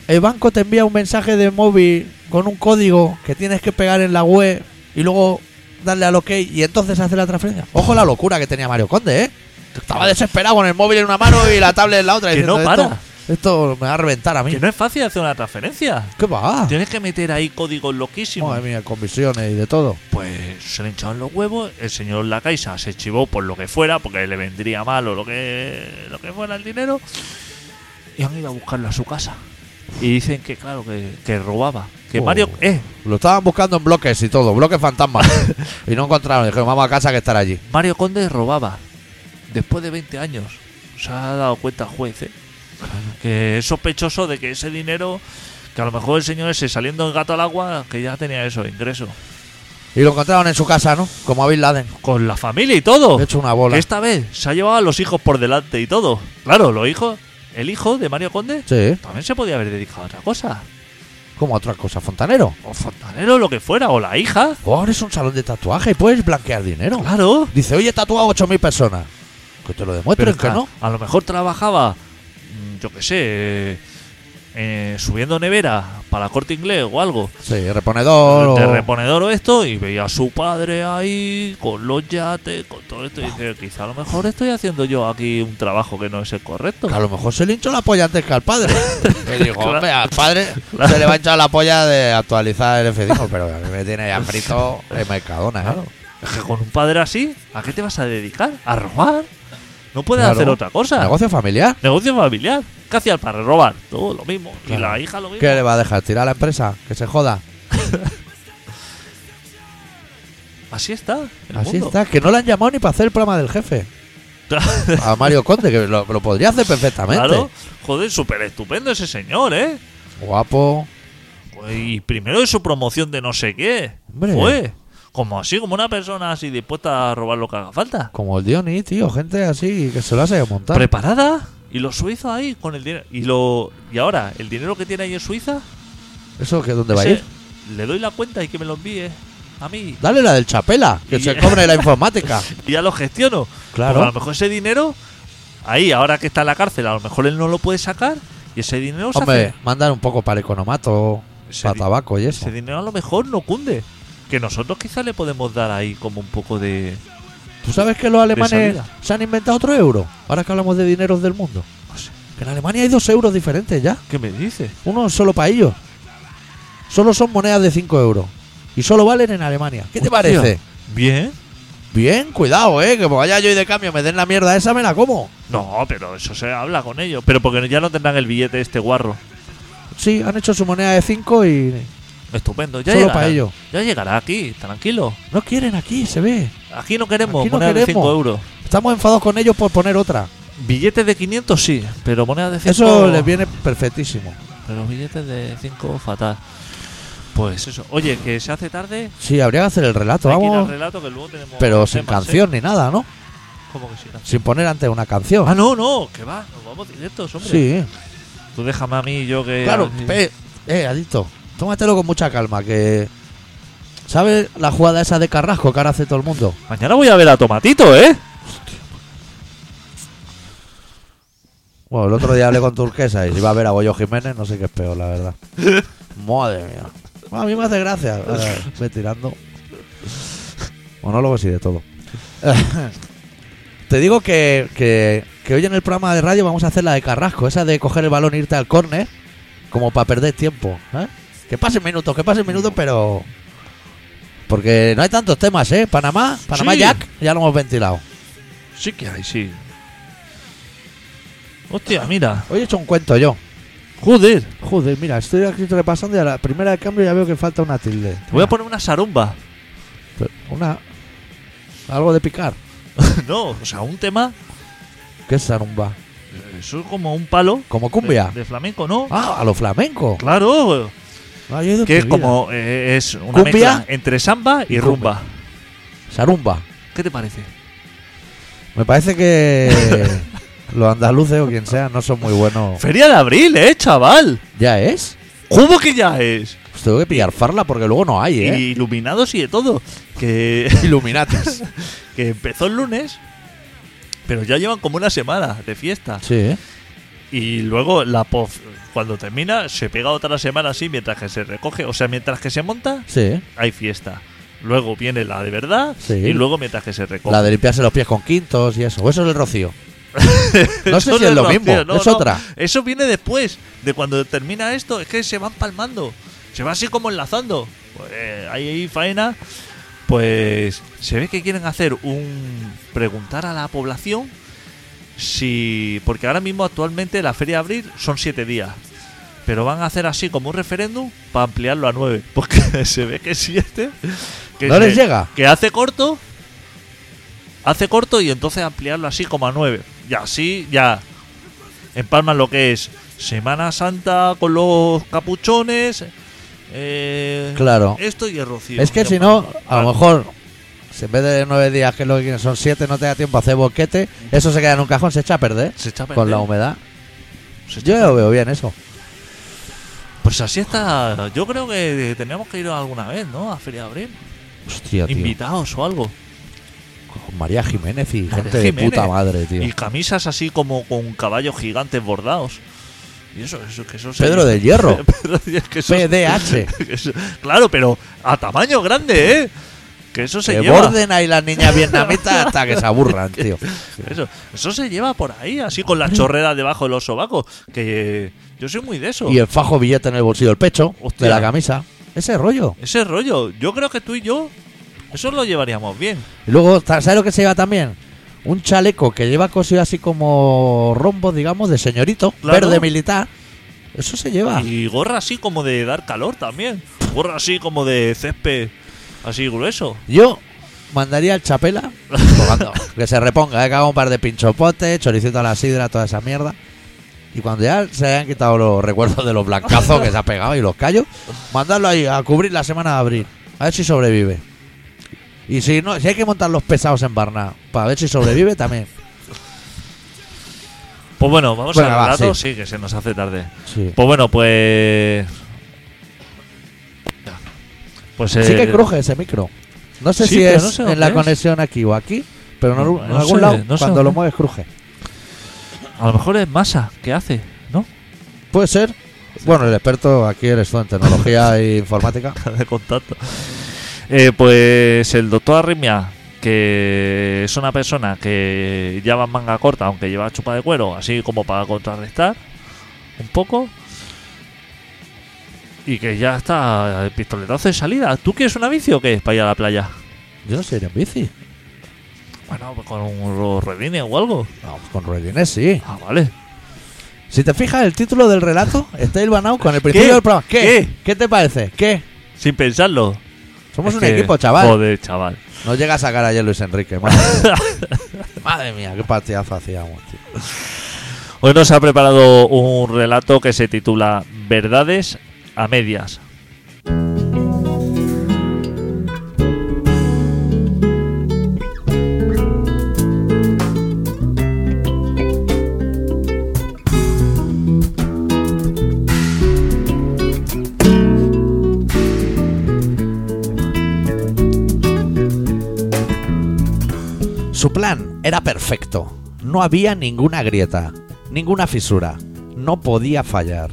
Speaker 1: el banco te envía un mensaje de móvil con un código que tienes que pegar en la web y luego darle al OK y entonces hace la transferencia? Ojo la locura que tenía Mario Conde, ¿eh? Estaba desesperado con el móvil en una mano y la tablet en la otra.
Speaker 2: Que
Speaker 1: diciendo,
Speaker 2: no para.
Speaker 1: Esto, esto me va a reventar a mí.
Speaker 2: Que no es fácil hacer una transferencia.
Speaker 1: ¿Qué va?
Speaker 2: Tienes que meter ahí códigos loquísimos.
Speaker 1: Madre mía, comisiones y de todo.
Speaker 2: Pues se le hinchaban los huevos, el señor La Caixa se chivó por lo que fuera, porque le vendría mal o lo que, lo que fuera el dinero, y han ido a buscarlo a su casa. Y dicen que, claro, que, que robaba. Que
Speaker 1: Oh.
Speaker 2: Mario, eh,
Speaker 1: Lo estaban buscando en bloques y todo, bloques fantasmas. y no encontraron. Dijeron, vamos a casa que estar allí.
Speaker 2: Mario Conde robaba. Después de 20 años. Se ha dado cuenta el juez, eh, Que es sospechoso de que ese dinero, que a lo mejor el señor ese saliendo el gato al agua, que ya tenía eso, ingreso.
Speaker 1: Y lo encontraron en su casa, ¿no? Como a Bin Laden.
Speaker 2: Con la familia y todo.
Speaker 1: He hecho una bola.
Speaker 2: Que esta vez se ha llevado a los hijos por delante y todo. Claro, los hijos. El hijo de Mario Conde
Speaker 1: Sí,
Speaker 2: también se podía haber dedicado a otra cosa.
Speaker 1: como otra cosa, fontanero.
Speaker 2: O fontanero, lo que fuera, o la hija.
Speaker 1: O ahora es un salón de tatuaje y puedes blanquear dinero.
Speaker 2: Claro.
Speaker 1: Dice, oye, he tatuado 8.000 personas. Que te lo demuestren que
Speaker 2: a-
Speaker 1: no.
Speaker 2: A lo mejor trabajaba, mm, yo qué sé, eh, eh, subiendo nevera para corte inglés o algo.
Speaker 1: Sí, reponedor.
Speaker 2: de
Speaker 1: o-
Speaker 2: reponedor o esto y veía a su padre ahí con los yates, con todo esto y dice, quizá a lo mejor estoy haciendo yo aquí un trabajo que no es el correcto.
Speaker 1: Que a lo mejor se le hinchó la polla antes que al padre. Que dijo,
Speaker 2: Claro.
Speaker 1: hombre, al padre
Speaker 2: Claro.
Speaker 1: se le va a hinchar la polla de actualizar el F5, pero a mí me tiene ya frito el Mercadona, ¿eh?
Speaker 2: Claro. Es que con un padre así, ¿a qué te vas a dedicar? ¿A robar? No puedes
Speaker 1: Claro.
Speaker 2: hacer otra cosa.
Speaker 1: Negocio familiar.
Speaker 2: Negocio familiar. ¿Qué hacía el padre? Robar. Todo lo mismo. Y
Speaker 1: Claro.
Speaker 2: la hija lo mismo.
Speaker 1: ¿Qué le va a dejar? ¿Tirar a la empresa? Que se joda.
Speaker 2: Así está. el
Speaker 1: Así
Speaker 2: mundo.
Speaker 1: está, que no le han llamado ni para hacer el programa del jefe. A Mario Conde, que lo, lo podría hacer perfectamente.
Speaker 2: Claro. Joder, súper estupendo ese señor, ¿eh?
Speaker 1: Guapo.
Speaker 2: Pues, Y primero de su promoción de no sé qué.
Speaker 1: Hombre.
Speaker 2: Fue. Como así, como una persona así dispuesta a robar lo que haga falta.
Speaker 1: Como el Diony, tío, gente así que se lo hace montar.
Speaker 2: Preparada. Y los suizos ahí con el dinero. Y lo y ahora, el dinero que tiene ahí en Suiza.
Speaker 1: ¿Eso que dónde va a
Speaker 2: ese,
Speaker 1: ir?
Speaker 2: Le doy la cuenta y que me lo envíe a mí.
Speaker 1: Dale la del Chapela, que
Speaker 2: Y-
Speaker 1: se cobre la informática.
Speaker 2: Y ya lo gestiono. Porque a
Speaker 1: Claro.
Speaker 2: lo mejor ese dinero, ahí, ahora que está en la cárcel, a lo mejor él no lo puede sacar. Y ese dinero se
Speaker 1: Hombre,
Speaker 2: hace-
Speaker 1: mandar un poco para economato,
Speaker 2: Ese
Speaker 1: para
Speaker 2: di-
Speaker 1: tabaco y eso.
Speaker 2: Ese dinero a lo mejor no cunde. Que nosotros quizás le podemos dar ahí como un poco de.
Speaker 1: ¿Tú sabes que los alemanes
Speaker 2: salida.
Speaker 1: se han inventado otro euro? Ahora que hablamos de dineros del mundo.
Speaker 2: No sé,
Speaker 1: Que en Alemania hay dos euros diferentes ya.
Speaker 2: ¿Qué me dices?
Speaker 1: Uno solo para ellos. Solo son monedas de 5 euros. Y solo valen en Alemania. ¿Qué te
Speaker 2: Hostia.
Speaker 1: parece?
Speaker 2: Bien.
Speaker 1: Bien, cuidado, eh. Que como vaya yo y de cambio me den la mierda esa, me la como.
Speaker 2: No, pero eso se habla con ellos. Pero porque ya no tendrán el billete este guarro.
Speaker 1: Sí, han hecho su moneda de 5 y.
Speaker 2: Estupendo. Ya
Speaker 1: solo
Speaker 2: llegará.
Speaker 1: para ellos.
Speaker 2: Ya llegará aquí, tranquilo.
Speaker 1: No quieren aquí, se ve.
Speaker 2: Aquí no queremos
Speaker 1: Aquí no
Speaker 2: monedas de
Speaker 1: queremos.
Speaker 2: 5 euros.
Speaker 1: Estamos enfadados con ellos por poner otra.
Speaker 2: Billetes de 500 sí, pero monedas de 5
Speaker 1: Eso les viene perfectísimo.
Speaker 2: Pero billetes de 5 fatal. Pues eso. Oye, que se hace tarde.
Speaker 1: Sí, habría que hacer el relato,
Speaker 2: Hay que ir al
Speaker 1: vamos.
Speaker 2: relato que luego tenemos
Speaker 1: Pero sin
Speaker 2: temas, ¿eh?
Speaker 1: canción ni nada, ¿no?
Speaker 2: ¿Cómo que sin canción?
Speaker 1: Sin poner antes una canción.
Speaker 2: Ah, no, no, que va, nos vamos directos, hombre.
Speaker 1: Sí,
Speaker 2: Tú déjame a mí y yo que.
Speaker 1: claro.
Speaker 2: a-
Speaker 1: pe- eh, adicto, tómatelo con mucha calma, que... ¿Sabes la jugada esa de Carrasco que ahora hace todo el mundo?
Speaker 2: Mañana voy a ver a Tomatito, ¿eh?
Speaker 1: Bueno, el otro día hablé con Turquesa y si va a ver a Boyo Jiménez, no sé qué es peor, la verdad. Madre mía. Bueno, a mí me hace gracia. Ahora, Ve tirando. Monólogos y de todo. Te digo que, que, que hoy en el programa de radio vamos a hacer la de Carrasco, esa de coger el balón e irte al córner, como para perder tiempo. ¿eh? Que pasen minutos, que pasen minutos, pero. Porque no hay tantos temas, ¿eh? Panamá, Panamá
Speaker 2: Sí.
Speaker 1: Jack, ya lo hemos ventilado.
Speaker 2: Sí que hay, sí. Hostia, mira.
Speaker 1: Hoy he hecho un cuento yo.
Speaker 2: Joder.
Speaker 1: Joder, mira, estoy aquí repasando y a la primera de cambio ya veo que falta una tilde.
Speaker 2: Te voy a poner una sarumba.
Speaker 1: Pero Una. Algo de picar.
Speaker 2: no, o sea, un tema.
Speaker 1: ¿Qué es zarumba?
Speaker 2: Eso es como un palo.
Speaker 1: Como
Speaker 2: de-
Speaker 1: cumbia.
Speaker 2: De, flamenco, ¿no?
Speaker 1: Ah, a lo flamenco.
Speaker 2: Claro.
Speaker 1: No, yo he ido en
Speaker 2: Que
Speaker 1: mi
Speaker 2: es
Speaker 1: vida.
Speaker 2: como. eh, es una
Speaker 1: Cumbia.
Speaker 2: mezcla entre samba y
Speaker 1: Y cumbia.
Speaker 2: rumba.
Speaker 1: Sarumba.
Speaker 2: ¿Qué te parece?
Speaker 1: Me parece que. los andaluces o quien sea no son muy buenos.
Speaker 2: Feria de abril, ¿eh, chaval?
Speaker 1: ¿Ya es?
Speaker 2: ¿Cómo que ya es?
Speaker 1: Pues tengo que pillar farla porque luego no hay, ¿eh?
Speaker 2: Y iluminados y de todo. Que.
Speaker 1: Iluminatis.
Speaker 2: que empezó el lunes, pero ya llevan como una semana de fiesta.
Speaker 1: sí, ¿eh?
Speaker 2: Y luego la pof, cuando termina, se pega otra semana así mientras que se recoge, o sea, mientras que se monta,
Speaker 1: Sí, ¿eh?
Speaker 2: hay fiesta. Luego viene la de verdad
Speaker 1: Sí.
Speaker 2: y luego mientras que se recoge.
Speaker 1: La de limpiarse los pies con quintos y eso. O eso es el rocío. No sé
Speaker 2: Eso
Speaker 1: si es lo
Speaker 2: no opción,
Speaker 1: mismo.
Speaker 2: no,
Speaker 1: es
Speaker 2: no.
Speaker 1: otra.
Speaker 2: Eso viene después de cuando termina esto, es que se van palmando, se va así como enlazando. Pues, eh, ahí hay faena. Pues se ve que quieren hacer un preguntar a la población si porque ahora mismo actualmente la feria de abril son siete días. Pero van a hacer así como un referéndum para ampliarlo a nueve. Porque se ve que siete. que-
Speaker 1: No les
Speaker 2: que-
Speaker 1: llega.
Speaker 2: que hace corto, hace corto y entonces ampliarlo así como a 9. Y así ya empalman lo que es Semana Santa con los capuchones, eh,
Speaker 1: Claro.
Speaker 2: Esto y el rocío.
Speaker 1: Es que si no, a lo mejor, si en vez de nueve días, que lo que quieren son siete, no te da tiempo a hacer boquete, eso se queda en un cajón, se echa a perder
Speaker 2: Se está
Speaker 1: con la
Speaker 2: perdiendo.
Speaker 1: humedad.
Speaker 2: Se está
Speaker 1: Yo lo veo bien eso.
Speaker 2: Pues así está. Yo creo que teníamos que ir alguna vez, ¿no? A Feria de Abril.
Speaker 1: Hostia, tío.
Speaker 2: Invitados o algo.
Speaker 1: Con María Jiménez y
Speaker 2: María
Speaker 1: gente de
Speaker 2: Jiménez.
Speaker 1: puta madre, Este, tío.
Speaker 2: Y camisas así como con caballos gigantes bordados. Y eso, eso, que eso
Speaker 1: Pedro del Hierro.
Speaker 2: Pedro del- que eso-
Speaker 1: PDH.
Speaker 2: que eso- claro, pero a tamaño grande, ¿eh? Que eso se
Speaker 1: que
Speaker 2: lleva.
Speaker 1: borden ahí las niñas vietnamitas hasta que se aburran, tío.
Speaker 2: Eso, eso se lleva por ahí, así con las chorreras debajo de los sobacos. Que eh, yo soy muy de eso.
Speaker 1: Y el fajo billete en el bolsillo del pecho,
Speaker 2: Hostia.
Speaker 1: de la camisa. Ese rollo.
Speaker 2: Ese rollo. Yo creo que tú y yo, eso lo llevaríamos bien.
Speaker 1: Y luego, ta- ¿sabes lo que se lleva también? Un chaleco que lleva cosido así como rombo, digamos, de señorito,
Speaker 2: Claro.
Speaker 1: verde militar. Eso se lleva.
Speaker 2: Y gorra así como de dar calor también. Gorra así como de césped, así grueso.
Speaker 1: Yo mandaría al chapela colgando, que se reponga, ¿eh? que haga un par de pinchopotes, choricito a la sidra, toda esa mierda. Y cuando ya se hayan quitado los recuerdos de los blancazos que se ha pegado y los callos, mandarlo ahí a cubrir la semana de abril. A ver si sobrevive. Y si no, si hay que montar los pesados en Barna, para ver si sobrevive también.
Speaker 2: Pues bueno, vamos
Speaker 1: Venga,
Speaker 2: a
Speaker 1: va,
Speaker 2: los datos. Sí. que se nos hace tarde.
Speaker 1: Sí.
Speaker 2: Pues bueno, pues. Pues eh,
Speaker 1: Sí que cruje ese micro. No sé
Speaker 2: Sí,
Speaker 1: si
Speaker 2: pero
Speaker 1: es
Speaker 2: no sé
Speaker 1: en
Speaker 2: dónde
Speaker 1: la
Speaker 2: es.
Speaker 1: conexión aquí o aquí, pero en, algún- en
Speaker 2: No
Speaker 1: algún
Speaker 2: sé,
Speaker 1: lado,
Speaker 2: no sé
Speaker 1: cuando
Speaker 2: dónde.
Speaker 1: lo mueves, cruje.
Speaker 2: A lo mejor es masa que hace, ¿no?
Speaker 1: Puede ser. Bueno, el experto aquí eres tú en tecnología e informática.
Speaker 2: De contacto. Eh, pues el doctor Arritmia, que es una persona que lleva manga corta, aunque lleva chupa de cuero, así como para contrarrestar un poco. Y que ya está el pistoletazo de salida. ¿Tú quieres una bici o qué? Para ir a la playa.
Speaker 1: Yo no sé ir en bici.
Speaker 2: Bueno, pues con un redine o algo.
Speaker 1: No, con ruedines sí.
Speaker 2: Ah, vale.
Speaker 1: Si te fijas el título del relato, está hilvanado con el principio
Speaker 2: ¿Qué?
Speaker 1: del programa. ¿Qué?
Speaker 2: ¿Qué?
Speaker 1: ¿Qué? te parece? ¿Qué?
Speaker 2: Sin pensarlo.
Speaker 1: Somos
Speaker 2: Es
Speaker 1: un
Speaker 2: que-
Speaker 1: equipo, chaval.
Speaker 2: Joder, chaval.
Speaker 1: No llega a sacar ayer Luis Enrique. Madre mía, Madre mía, qué partidazo hacíamos, tío.
Speaker 2: Hoy nos ha preparado un relato que se titula Verdades a medias.
Speaker 1: Su plan era perfecto. No había ninguna grieta, ninguna fisura. No podía fallar.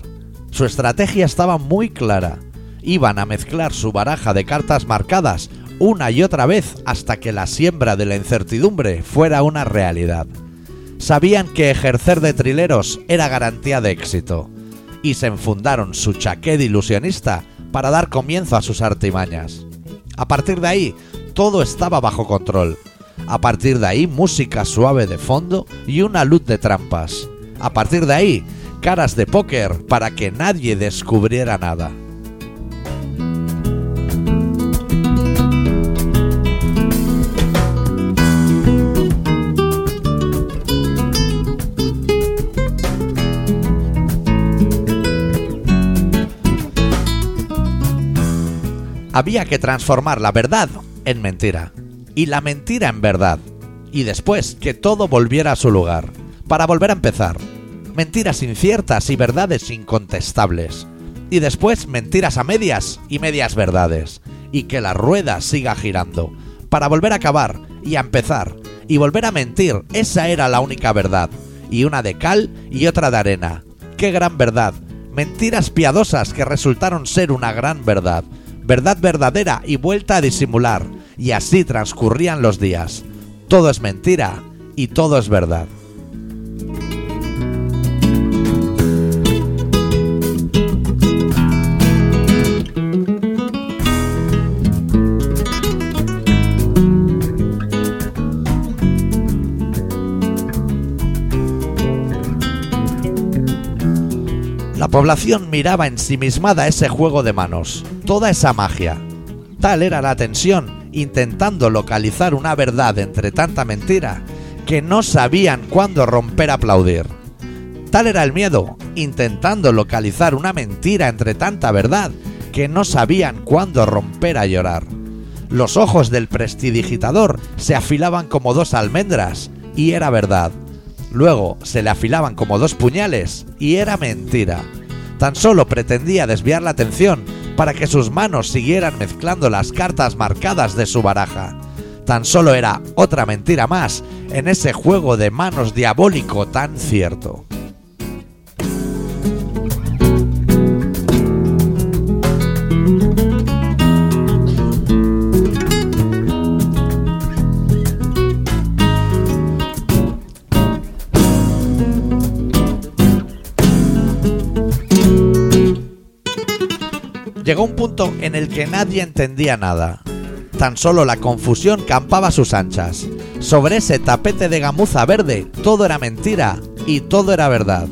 Speaker 1: Su estrategia estaba muy clara. Iban a mezclar su baraja de cartas marcadas una y otra vez hasta que la siembra de la incertidumbre fuera una realidad. Sabían que ejercer de trileros era garantía de éxito, y se enfundaron su chaquet ilusionista para dar comienzo a sus artimañas. A partir de ahí, todo estaba bajo control. A partir de ahí, música suave de fondo y una luz de trampas. A partir de ahí, caras de póker para que nadie descubriera nada. había que transformar la verdad en mentira y la mentira en verdad y después que todo volviera a su lugar para volver a empezar. Mentiras inciertas y verdades incontestables y después mentiras a medias y medias verdades y que la rueda siga girando para volver a acabar y a empezar y volver a mentir. Esa era la única verdad y una de cal y otra de arena. ¡Qué gran verdad! Mentiras piadosas que resultaron ser una gran verdad. Verdad verdadera y vuelta a disimular. Y así transcurrían los días. Todo es mentira y todo es verdad. La población miraba ensimismada ese juego de manos, toda esa magia. Tal era la tensión, intentando localizar una verdad entre tanta mentira, que no sabían cuándo romper a aplaudir. Tal era el miedo, intentando localizar una mentira entre tanta verdad, que no sabían cuándo romper a llorar. Los ojos del prestidigitador se afilaban como dos almendras, y era verdad. Luego se le afilaban como dos puñales, y era mentira. Tan solo pretendía desviar la atención para que sus manos siguieran mezclando las cartas marcadas de su baraja. Tan solo era otra mentira más en ese juego de manos diabólico tan cierto. Llegó un punto en el que nadie entendía nada. Tan solo la confusión campaba a sus anchas. Sobre ese tapete de gamuza verde, todo era mentira y todo era verdad.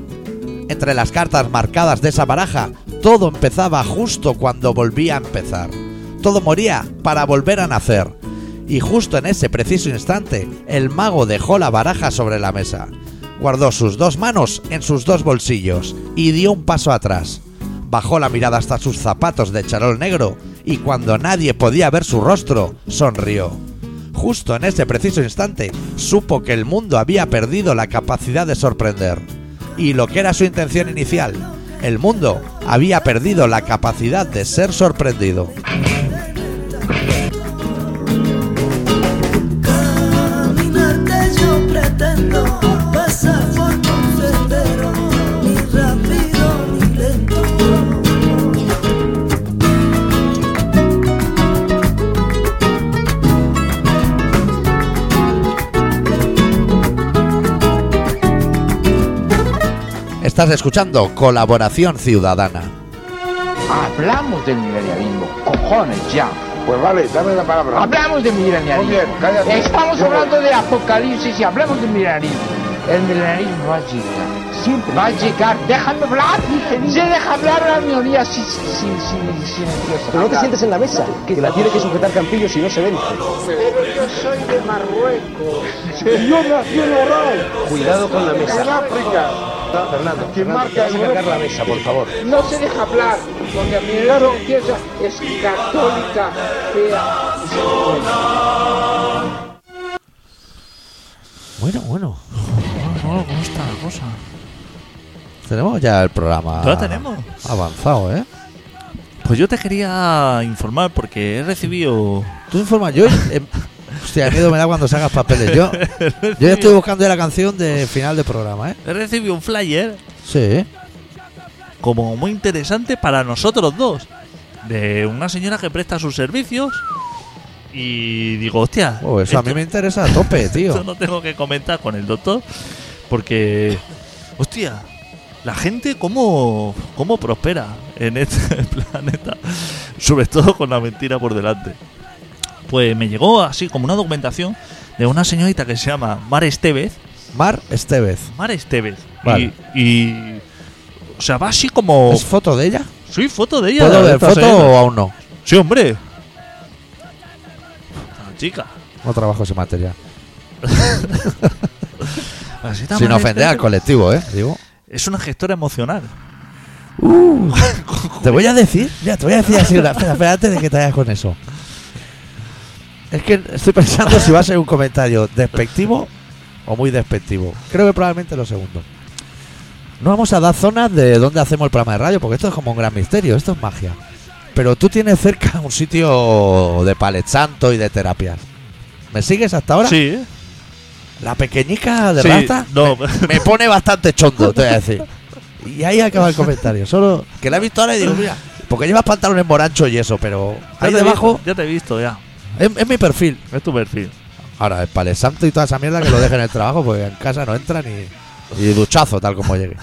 Speaker 1: Entre las cartas marcadas de esa baraja, todo empezaba justo cuando volvía a empezar. Todo moría para volver a nacer. Y justo en ese preciso instante, el mago dejó la baraja sobre la mesa. Guardó sus dos manos en sus dos bolsillos y dio un paso atrás. Bajó la mirada hasta sus zapatos de charol negro y cuando nadie podía ver su rostro, sonrió. Justo en ese preciso instante, supo que el mundo había perdido la capacidad de sorprender. Y lo que era su intención inicial, el mundo había perdido la capacidad de ser sorprendido.
Speaker 4: Caminarte yo pretendo pasar por un sendero ni rápido ni lento.
Speaker 1: Estás escuchando Colaboración Ciudadana.
Speaker 5: Hablamos del milenialismo, cojones ya.
Speaker 6: Pues vale, dame la palabra.
Speaker 5: Hablamos del milenialismo.
Speaker 6: Muy bien, cállate.
Speaker 5: Estamos
Speaker 6: Yo
Speaker 5: hablando de apocalipsis y hablamos del milenialismo. El milenialismo va a llegar, siempre va a llegar. Déjame hablar. Se deja hablar a la minoría sin sin sin sin sin empieza a
Speaker 7: Pero no te
Speaker 5: hablar.
Speaker 7: sientes en la mesa, que la tiene que sujetar Campillo si no se vence. Cuidado con la mesa.
Speaker 6: En África.
Speaker 7: Fernando,
Speaker 6: ¿Quién
Speaker 7: Fernando,
Speaker 6: marca
Speaker 7: te vas a
Speaker 6: el
Speaker 7: cargar la mesa, por favor.
Speaker 5: No se deja hablar, porque a mi empieza es católica, fea.
Speaker 1: Bueno, bueno.
Speaker 2: ¿Cómo está la cosa?
Speaker 1: Tenemos ya el programa.
Speaker 2: ¿Ya lo tenemos?
Speaker 1: Avanzado, ¿eh?
Speaker 2: Pues yo te quería informar porque he recibido.
Speaker 1: Tú informas, yo. eh, hostia, miedo me da cuando sacas papeles. Yo, yo ya estoy buscando ya la canción de final de programa, ¿eh?
Speaker 2: He recibido un flyer
Speaker 1: Sí.
Speaker 2: como muy interesante para nosotros dos. De una señora que presta sus servicios. Y digo, hostia.
Speaker 1: Oh, eso a
Speaker 2: esto-
Speaker 1: mí me interesa a tope,
Speaker 2: Esto
Speaker 1: tío.
Speaker 2: no tengo que comentar con el doctor porque, hostia, la gente cómo, cómo prospera en este planeta, sobre todo con la mentira por delante. Pues me llegó así como una documentación de una señorita que se llama Mar Estevez.
Speaker 1: Mar Estevez.
Speaker 2: Mar Estevez.
Speaker 1: Vale.
Speaker 2: Y, y, o sea, va así
Speaker 6: Oh.
Speaker 2: como...
Speaker 1: ¿Es foto de ella?
Speaker 2: Soy foto de ella.
Speaker 1: ¿Puedo
Speaker 2: de
Speaker 1: ver
Speaker 2: esta
Speaker 1: foto
Speaker 2: señora.
Speaker 1: o aún no?
Speaker 2: Sí, hombre. La chica.
Speaker 1: No trabajo ese material.
Speaker 2: Así está
Speaker 1: Sin
Speaker 2: Mar
Speaker 1: ofender al
Speaker 2: Estevez.
Speaker 1: colectivo, ¿eh? Digo.
Speaker 2: Es una gestora emocional.
Speaker 1: Te voy a decir, ya, te voy a decir así una. Espera, espera, antes de que te vayas con eso. Es que estoy pensando si va a ser un comentario despectivo o muy despectivo. Creo que probablemente lo segundo. No vamos a dar zonas de donde hacemos el programa de radio, porque esto es como un gran misterio, esto es magia. Pero tú tienes cerca un sitio de palet santo y de terapias. ¿Me sigues hasta ahora?
Speaker 2: Sí, ¿eh?
Speaker 1: La pequeñica de
Speaker 2: Sí,
Speaker 1: rata
Speaker 2: No,
Speaker 1: me pone bastante chondo, te voy a decir. Y ahí acaba el comentario. Solo que la he visto ahora y digo, mira, porque llevas pantalones morancho y eso, pero ahí
Speaker 2: Ya te he
Speaker 1: debajo
Speaker 2: visto, ya te he visto, ya.
Speaker 1: es, es mi perfil.
Speaker 2: Es tu perfil.
Speaker 1: Ahora, el palesanto y toda esa mierda que lo dejen en el trabajo, porque en casa no entran y, y duchazo tal como llegue.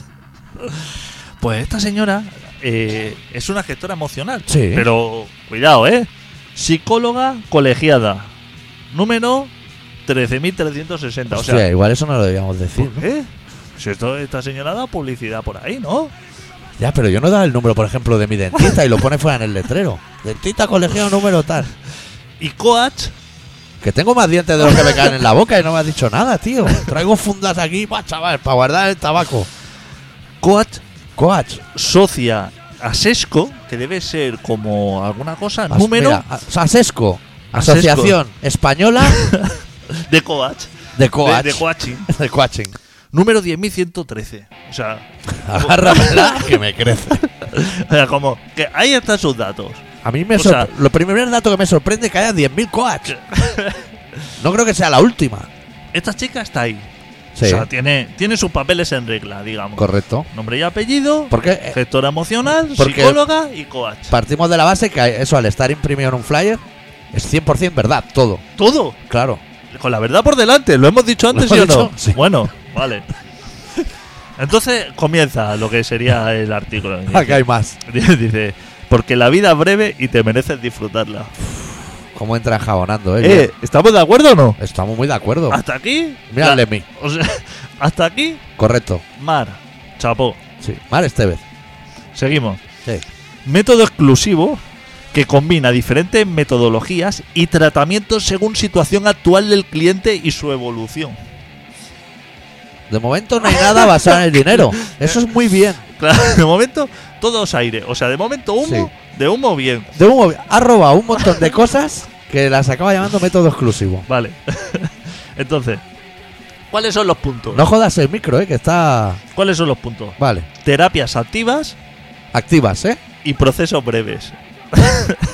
Speaker 2: Pues esta señora eh, es una gestora emocional.
Speaker 1: Sí.
Speaker 2: Pero cuidado, ¿eh? Psicóloga colegiada. Número 13.360. O
Speaker 1: Hostia,
Speaker 2: sea,
Speaker 1: igual eso no lo debíamos decir. ¿no?
Speaker 2: ¿eh? Si esto, esta señora da publicidad por ahí, ¿no?
Speaker 1: Ya, pero yo no daba el número, por ejemplo, de mi dentista y lo pone fuera en el letrero. Dentista colegiado número tal.
Speaker 2: Y Coach,
Speaker 1: Que tengo más dientes de los que me caen en la boca y no me has dicho nada, tío. Traigo fundas aquí, pa, chaval, para guardar el tabaco.
Speaker 2: Coach
Speaker 1: Coach.
Speaker 2: socia a Sesco, que debe ser como alguna cosa,
Speaker 1: As-
Speaker 2: número
Speaker 1: mira, a- Sasesco,
Speaker 2: Asesco.
Speaker 1: Asociación Española
Speaker 2: de Coach.
Speaker 1: de Coach.
Speaker 2: De, de coaching.
Speaker 1: de coaching.
Speaker 2: Número 10.113. O sea,
Speaker 1: Agárramela que me crece.
Speaker 2: era como que ahí están sus datos.
Speaker 1: A mí me
Speaker 2: O sea-
Speaker 1: sorpre- Lo primer dato que me sorprende es que haya 10.000 coach. No creo que sea la última.
Speaker 2: Esta chica está ahí.
Speaker 1: Sí,
Speaker 2: O sea, tiene, tiene sus papeles en regla, digamos.
Speaker 1: correcto.
Speaker 2: Nombre y apellido,
Speaker 1: Porque eh,
Speaker 2: gestora emocional,
Speaker 1: porque-
Speaker 2: psicóloga y coach.
Speaker 1: partimos de la base que eso al estar imprimido en un flyer es 100% verdad, todo.
Speaker 2: Todo.
Speaker 1: Claro.
Speaker 2: Con la verdad por delante, lo hemos dicho antes,
Speaker 1: ¿Lo
Speaker 2: ¿sí o
Speaker 1: hemos
Speaker 2: no?
Speaker 1: dicho? Sí.
Speaker 2: Bueno, vale. Entonces comienza lo que sería el artículo.
Speaker 1: Aquí hay más.
Speaker 2: Dice, porque la vida es breve y te mereces disfrutarla.
Speaker 1: ¿Cómo entra jabonando, eh? Ah,
Speaker 2: Eh, ¿Estamos de acuerdo o no?
Speaker 1: Estamos muy de acuerdo.
Speaker 2: Hasta aquí.
Speaker 1: Mira
Speaker 2: la-
Speaker 1: el Lemmy.
Speaker 2: o sea, hasta aquí,
Speaker 1: Correcto.
Speaker 2: mar. Chapó.
Speaker 1: Sí. Mar Estevez.
Speaker 2: Seguimos.
Speaker 1: Sí.
Speaker 2: Método exclusivo que combina diferentes metodologías y tratamientos según situación actual del cliente y su evolución.
Speaker 1: De momento no hay nada basado en el dinero. Eso es muy bien.
Speaker 2: Claro, de momento todo es aire. O sea, de momento humo, de humo bien.
Speaker 1: De un, ha robado un montón de cosas que las acaba llamando método exclusivo.
Speaker 2: Vale. Entonces, ¿cuáles son los puntos?
Speaker 1: No jodas el micro, eh, que está.
Speaker 2: ¿Cuáles son los puntos?
Speaker 1: Vale.
Speaker 2: Terapias activas
Speaker 1: Activas, eh.
Speaker 2: y procesos breves.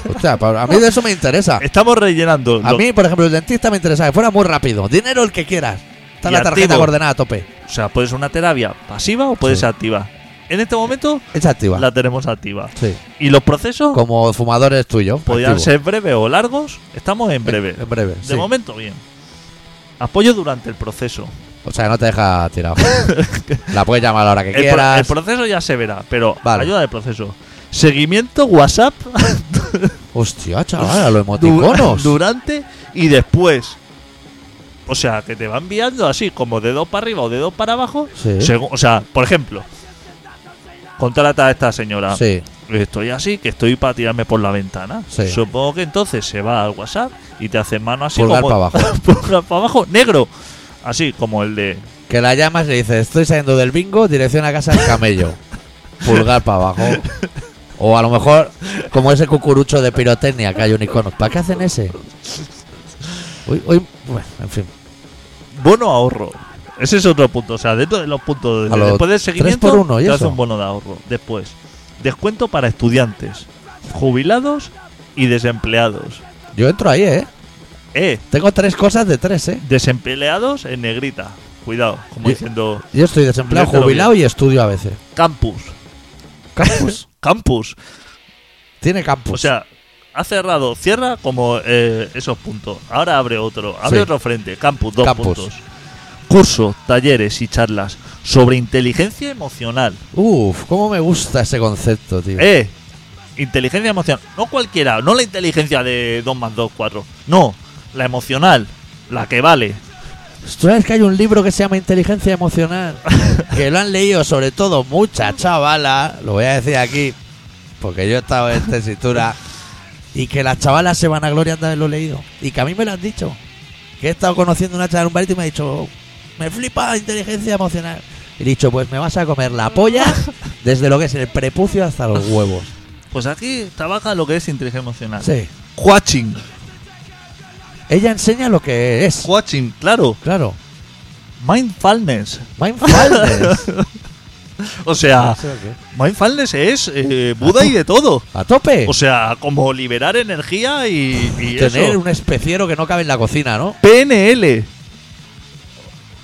Speaker 1: Hostia, pa- a mí de eso me interesa.
Speaker 2: Estamos rellenando.
Speaker 1: Ah. A
Speaker 2: lo-
Speaker 1: mí, por ejemplo, el dentista me interesa que fuera muy rápido. Dinero el que quieras. Está
Speaker 2: Y
Speaker 1: la tarjeta
Speaker 2: activo.
Speaker 1: coordenada a tope.
Speaker 2: O sea, puede ser una terapia pasiva o puede
Speaker 1: Sí.
Speaker 2: ser activa. En este momento
Speaker 1: Es activa.
Speaker 2: la tenemos activa.
Speaker 1: Sí.
Speaker 2: Y los procesos
Speaker 1: Como fumadores tuyos.
Speaker 2: podrían
Speaker 1: activo.
Speaker 2: ser breves o largos. Estamos en breve.
Speaker 1: En breve.
Speaker 2: de
Speaker 1: sí.
Speaker 2: momento, bien. Apoyo durante el proceso.
Speaker 1: O sea, no te deja tirado. la puedes llamar a la hora que
Speaker 2: El, pro- el
Speaker 1: quieras.
Speaker 2: proceso ya se verá, pero
Speaker 1: Vale.
Speaker 2: ayuda del proceso. Seguimiento, WhatsApp,
Speaker 1: Hostia, chaval, a los
Speaker 2: du-
Speaker 1: emoticonos.
Speaker 2: durante y después. O sea, que te va enviando así, como dedo para arriba o dedo para abajo.
Speaker 1: Sí.
Speaker 2: Segu- o sea, por ejemplo, contrata a esta señora.
Speaker 1: Sí.
Speaker 2: Estoy así, que estoy para tirarme por la ventana.
Speaker 1: Sí.
Speaker 2: Supongo que entonces se va al WhatsApp y te hace mano así
Speaker 1: Pulgar
Speaker 2: como.
Speaker 1: para abajo.
Speaker 2: pulgar para abajo, negro. Así como el de.
Speaker 1: Que la llamas y le dices, estoy saliendo del bingo, dirección a casa del camello. Pulgar para abajo. O a lo mejor, como ese cucurucho de pirotecnia que hay un icono. ¿Para qué hacen ese? Uy, uy, bueno, en fin.
Speaker 2: Bono ahorro. Ese es otro punto. O sea, dentro de los puntos
Speaker 1: A
Speaker 2: de,
Speaker 1: lo
Speaker 2: después del
Speaker 1: tres
Speaker 2: seguimiento,
Speaker 1: por uno, ¿y
Speaker 2: te
Speaker 1: eso?
Speaker 2: hace un bono de ahorro. Después, descuento para estudiantes, jubilados y desempleados.
Speaker 1: Yo entro ahí, ¿eh?
Speaker 2: Eh,
Speaker 1: Tengo tres cosas de tres, ¿eh?
Speaker 2: desempleados en negrita. Cuidado, como
Speaker 1: Yo-
Speaker 2: diciendo
Speaker 1: Yo estoy desempleado,
Speaker 2: Míratelo
Speaker 1: jubilado y estudio a veces.
Speaker 2: campus.
Speaker 1: Campus.
Speaker 2: Campus.
Speaker 1: Tiene campus.
Speaker 2: O sea, ha cerrado, cierra como eh, esos puntos. Ahora abre otro, abre
Speaker 1: Sí.
Speaker 2: otro frente. Campus, dos
Speaker 1: Campus.
Speaker 2: puntos. Cursos, talleres y charlas sobre inteligencia emocional.
Speaker 1: Uf, cómo me gusta ese concepto, tío.
Speaker 2: Eh, inteligencia emocional. No cualquiera, no la inteligencia de 2 más 2, 4. No, la emocional, la que vale.
Speaker 1: Pues ¿Tú sabes que hay un libro que se llama Inteligencia Emocional? que lo han leído sobre todo muchas chavalas, lo voy a decir aquí, porque yo he estado en tesitura, y que las chavalas se van a gloria de haberlo leído. Y que a mí me lo han dicho. Que he estado conociendo una chavala en un barito y me ha dicho, "Oh, me flipa la inteligencia emocional. Y he dicho, pues me vas a comer la polla desde lo que es el prepucio hasta los huevos.
Speaker 2: Pues aquí trabaja lo que es inteligencia emocional.
Speaker 1: Sí.
Speaker 2: Coaching.
Speaker 1: Ella enseña lo que es.
Speaker 2: Coaching, claro.
Speaker 1: Claro.
Speaker 2: Mindfulness.
Speaker 1: Mindfulness.
Speaker 2: O sea, mindfulness es eh, Buda y de todo.
Speaker 1: A tope.
Speaker 2: O sea, como liberar energía y, y
Speaker 1: Tener
Speaker 2: eso.
Speaker 1: un especiero que no cabe en la cocina, ¿no?
Speaker 2: PNL.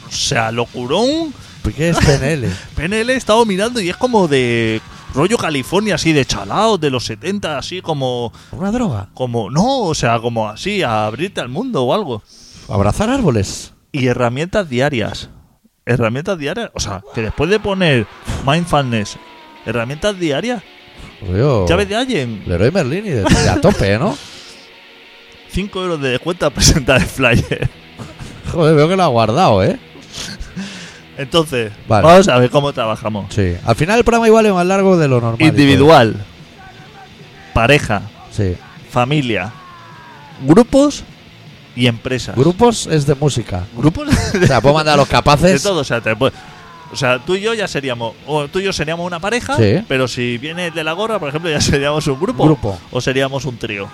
Speaker 2: O sea, locurón.
Speaker 1: ¿Por qué es eh? PNL?
Speaker 2: PNL he estado mirando y es como de rollo California, así de chalao, de los 70, así como,
Speaker 1: ¿Una droga?
Speaker 2: como, no, o sea, como así, a abrirte al mundo o algo.
Speaker 1: ¿Abrazar árboles?
Speaker 2: Y herramientas diarias. Herramientas diarias, o sea, que después de poner mindfulness, herramientas diarias,
Speaker 1: Yo,
Speaker 2: llaves de alguien,
Speaker 1: Leroy Merlin y de, de a tope, ¿no?
Speaker 2: 5 euros de descuento a presentar el flyer.
Speaker 1: Joder, veo que lo ha guardado, ¿eh?
Speaker 2: Entonces,
Speaker 1: Vale.
Speaker 2: vamos a ver cómo trabajamos.
Speaker 1: Sí. Al final el programa igual es más largo de lo normal. y
Speaker 2: Individual, pareja,
Speaker 1: todo. Sí.
Speaker 2: familia, grupos y empresas.
Speaker 1: Grupos es de música.
Speaker 2: grupos
Speaker 1: O sea, puedo mandar a los
Speaker 2: De
Speaker 1: capaces.
Speaker 2: todo, o sea, te puede- O sea, tú y yo ya seríamos, o tú y yo seríamos una pareja,
Speaker 1: Sí.
Speaker 2: pero si viene el de la gorra, por ejemplo, ya seríamos un grupo.
Speaker 1: Grupo.
Speaker 2: O seríamos un trío.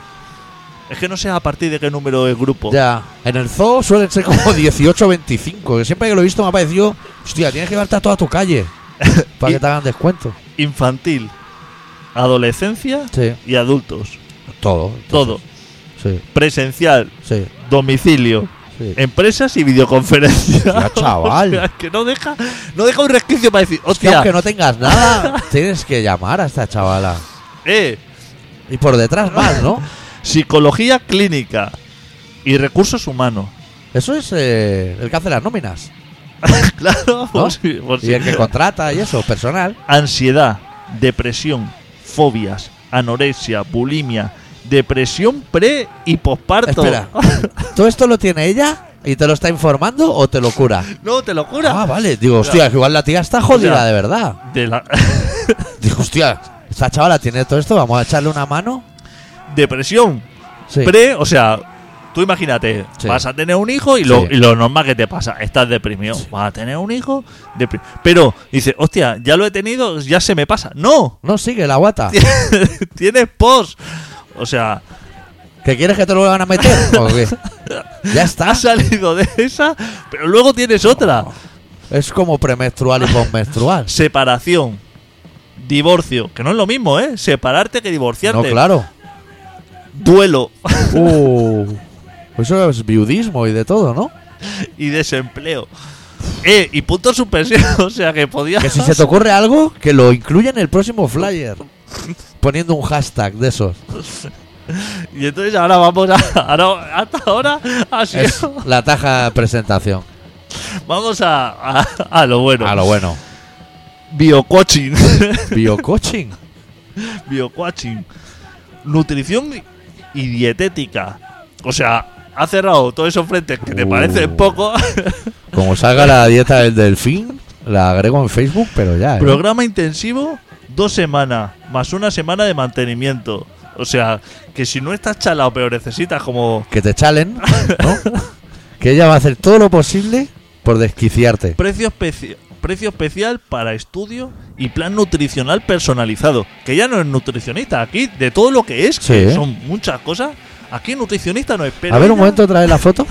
Speaker 2: Es que no sé a partir de qué número es grupo.
Speaker 1: Ya. En el zoo suelen ser como 18 o 25. Que siempre que lo he visto me ha parecido, hostia, tienes que llevarte a toda tu calle para que te hagan descuento.
Speaker 2: Infantil, adolescencia
Speaker 1: Sí.
Speaker 2: y adultos.
Speaker 1: Todo.
Speaker 2: Todo.
Speaker 1: Sí,
Speaker 2: Presencial,
Speaker 1: sí,
Speaker 2: domicilio,
Speaker 1: sí.
Speaker 2: empresas y videoconferencia.
Speaker 1: Hostia, chaval.
Speaker 2: O sea, que no deja, no deja un resquicio para decir,
Speaker 1: Que
Speaker 2: hostia,
Speaker 1: aunque no tengas nada, tienes que llamar a esta chavala.
Speaker 2: eh,
Speaker 1: Y por detrás más, ¿no?
Speaker 2: psicología clínica y recursos humanos.
Speaker 1: Eso es eh, el que hace las nóminas.
Speaker 2: claro,
Speaker 1: ¿no?
Speaker 2: por si- por si-
Speaker 1: Y el que contrata y eso, personal.
Speaker 2: ansiedad, depresión, fobias, anorexia, bulimia, depresión pre y posparto.
Speaker 1: Espera. ¿Todo esto lo tiene ella y te lo está informando o te lo cura?
Speaker 2: no, te lo juro.
Speaker 1: Ah, vale. Digo, hostia, que igual la tía está
Speaker 2: O
Speaker 1: jodida
Speaker 2: sea-
Speaker 1: de verdad.
Speaker 2: De la-
Speaker 1: Digo, hostia, esta chavala tiene todo esto, vamos a echarle una mano.
Speaker 2: depresión
Speaker 1: Sí.
Speaker 2: pre, o sea, tú imagínate,
Speaker 1: Sí.
Speaker 2: vas a tener un hijo y lo,
Speaker 1: Sí.
Speaker 2: y lo normal que te pasa, estás deprimido. Vas a tener un hijo, depri- pero dices, hostia, ya lo he tenido, ya se me pasa. No,
Speaker 1: No sigue la guata.
Speaker 2: tienes post. O sea,
Speaker 1: ¿Que quieres que te lo vuelvan a meter? ¿O qué? Ya está.
Speaker 2: has salido de esa, pero luego tienes otra.
Speaker 1: Es como premenstrual y postmenstrual.
Speaker 2: separación, divorcio, que no es lo mismo, ¿eh? Separarte que divorciarte.
Speaker 1: No, claro.
Speaker 2: Duelo
Speaker 1: Uh, eso es viudismo y de todo, ¿no?
Speaker 2: y desempleo. Eh, y punto suspensión, o sea que podías.
Speaker 1: Que si se te ocurre algo, que lo incluya en el próximo flyer. Poniendo un hashtag de esos.
Speaker 2: Y entonces ahora vamos a. ahora- hasta ahora ha sido-
Speaker 1: Es la taja presentación.
Speaker 2: Vamos a, a, a lo bueno.
Speaker 1: A lo bueno.
Speaker 2: Biocoaching.
Speaker 1: Biocoaching.
Speaker 2: Biocoaching. Nutrición y dietética. O sea, ha cerrado todos esos frentes que te
Speaker 1: Uh.
Speaker 2: parecen poco.
Speaker 1: Como salga la dieta del delfín, la agrego en Facebook, pero ya. ¿eh?
Speaker 2: Programa intensivo, dos semanas, más una semana de mantenimiento. O sea, que si no estás chalado, pero necesitas como
Speaker 1: que te chalen, ¿no? que ella va a hacer todo lo posible por desquiciarte.
Speaker 2: precio, especi- precio especial para estudio y plan nutricional personalizado. Que ya no es nutricionista, aquí de todo lo que es, que
Speaker 1: Sí.
Speaker 2: son muchas cosas, aquí nutricionista no espera.
Speaker 1: a ver, un momento, trae la foto.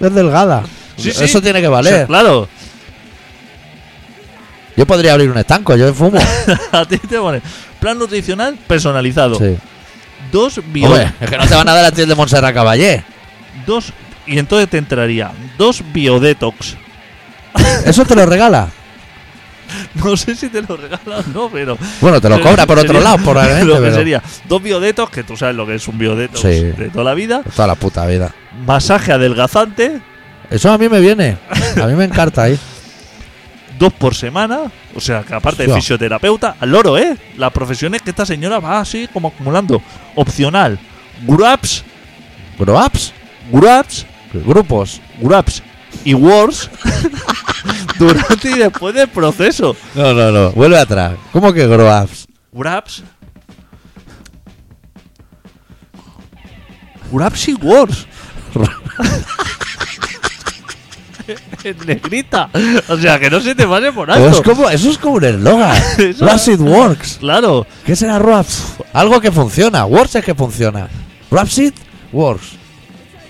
Speaker 1: Es delgada.
Speaker 2: Sí, sí.
Speaker 1: Eso tiene que valer.
Speaker 2: claro,
Speaker 1: Yo podría abrir un estanco, yo fumo.
Speaker 2: a ti te pone plan nutricional personalizado.
Speaker 1: Sí.
Speaker 2: Dos bio-
Speaker 1: Hombre, es que no te van a dar a ti el de Montserrat Caballé.
Speaker 2: dos Y entonces te entraría dos biodetox.
Speaker 1: Eso te lo regala.
Speaker 2: No sé si te lo regalan o no, pero.
Speaker 1: Bueno, te lo
Speaker 2: Pero
Speaker 1: cobra por otro
Speaker 2: sería-
Speaker 1: lado, probablemente.
Speaker 2: Lo que
Speaker 1: pero-
Speaker 2: sería dos biodetos, que tú sabes lo que es un biodeto
Speaker 1: Sí.
Speaker 2: de toda la vida.
Speaker 1: pues Toda la puta vida.
Speaker 2: Masaje adelgazante,
Speaker 1: Eso a mí me viene. A mí me encanta ahí.
Speaker 2: dos por semana. O sea, que aparte de
Speaker 1: Hostia.
Speaker 2: fisioterapeuta, al loro, ¿eh? Las profesiones que esta señora va así como acumulando. Opcional, grabs,
Speaker 1: Groaps,
Speaker 2: grabs,
Speaker 1: grupos.
Speaker 2: grabs y wars durante y después del proceso.
Speaker 1: No, no, no. Vuelve atrás. ¿Cómo que groaps?
Speaker 2: Grabs. Grabs y Wars. en negrita. O sea, que no se te pase por
Speaker 1: Pero Pues es
Speaker 2: alto.
Speaker 1: como, eso es como un eslogan.
Speaker 2: Eso-
Speaker 1: Raps it works.
Speaker 2: Claro.
Speaker 1: ¿Qué será Raps? Algo que funciona. Works es que funciona. Raps it works.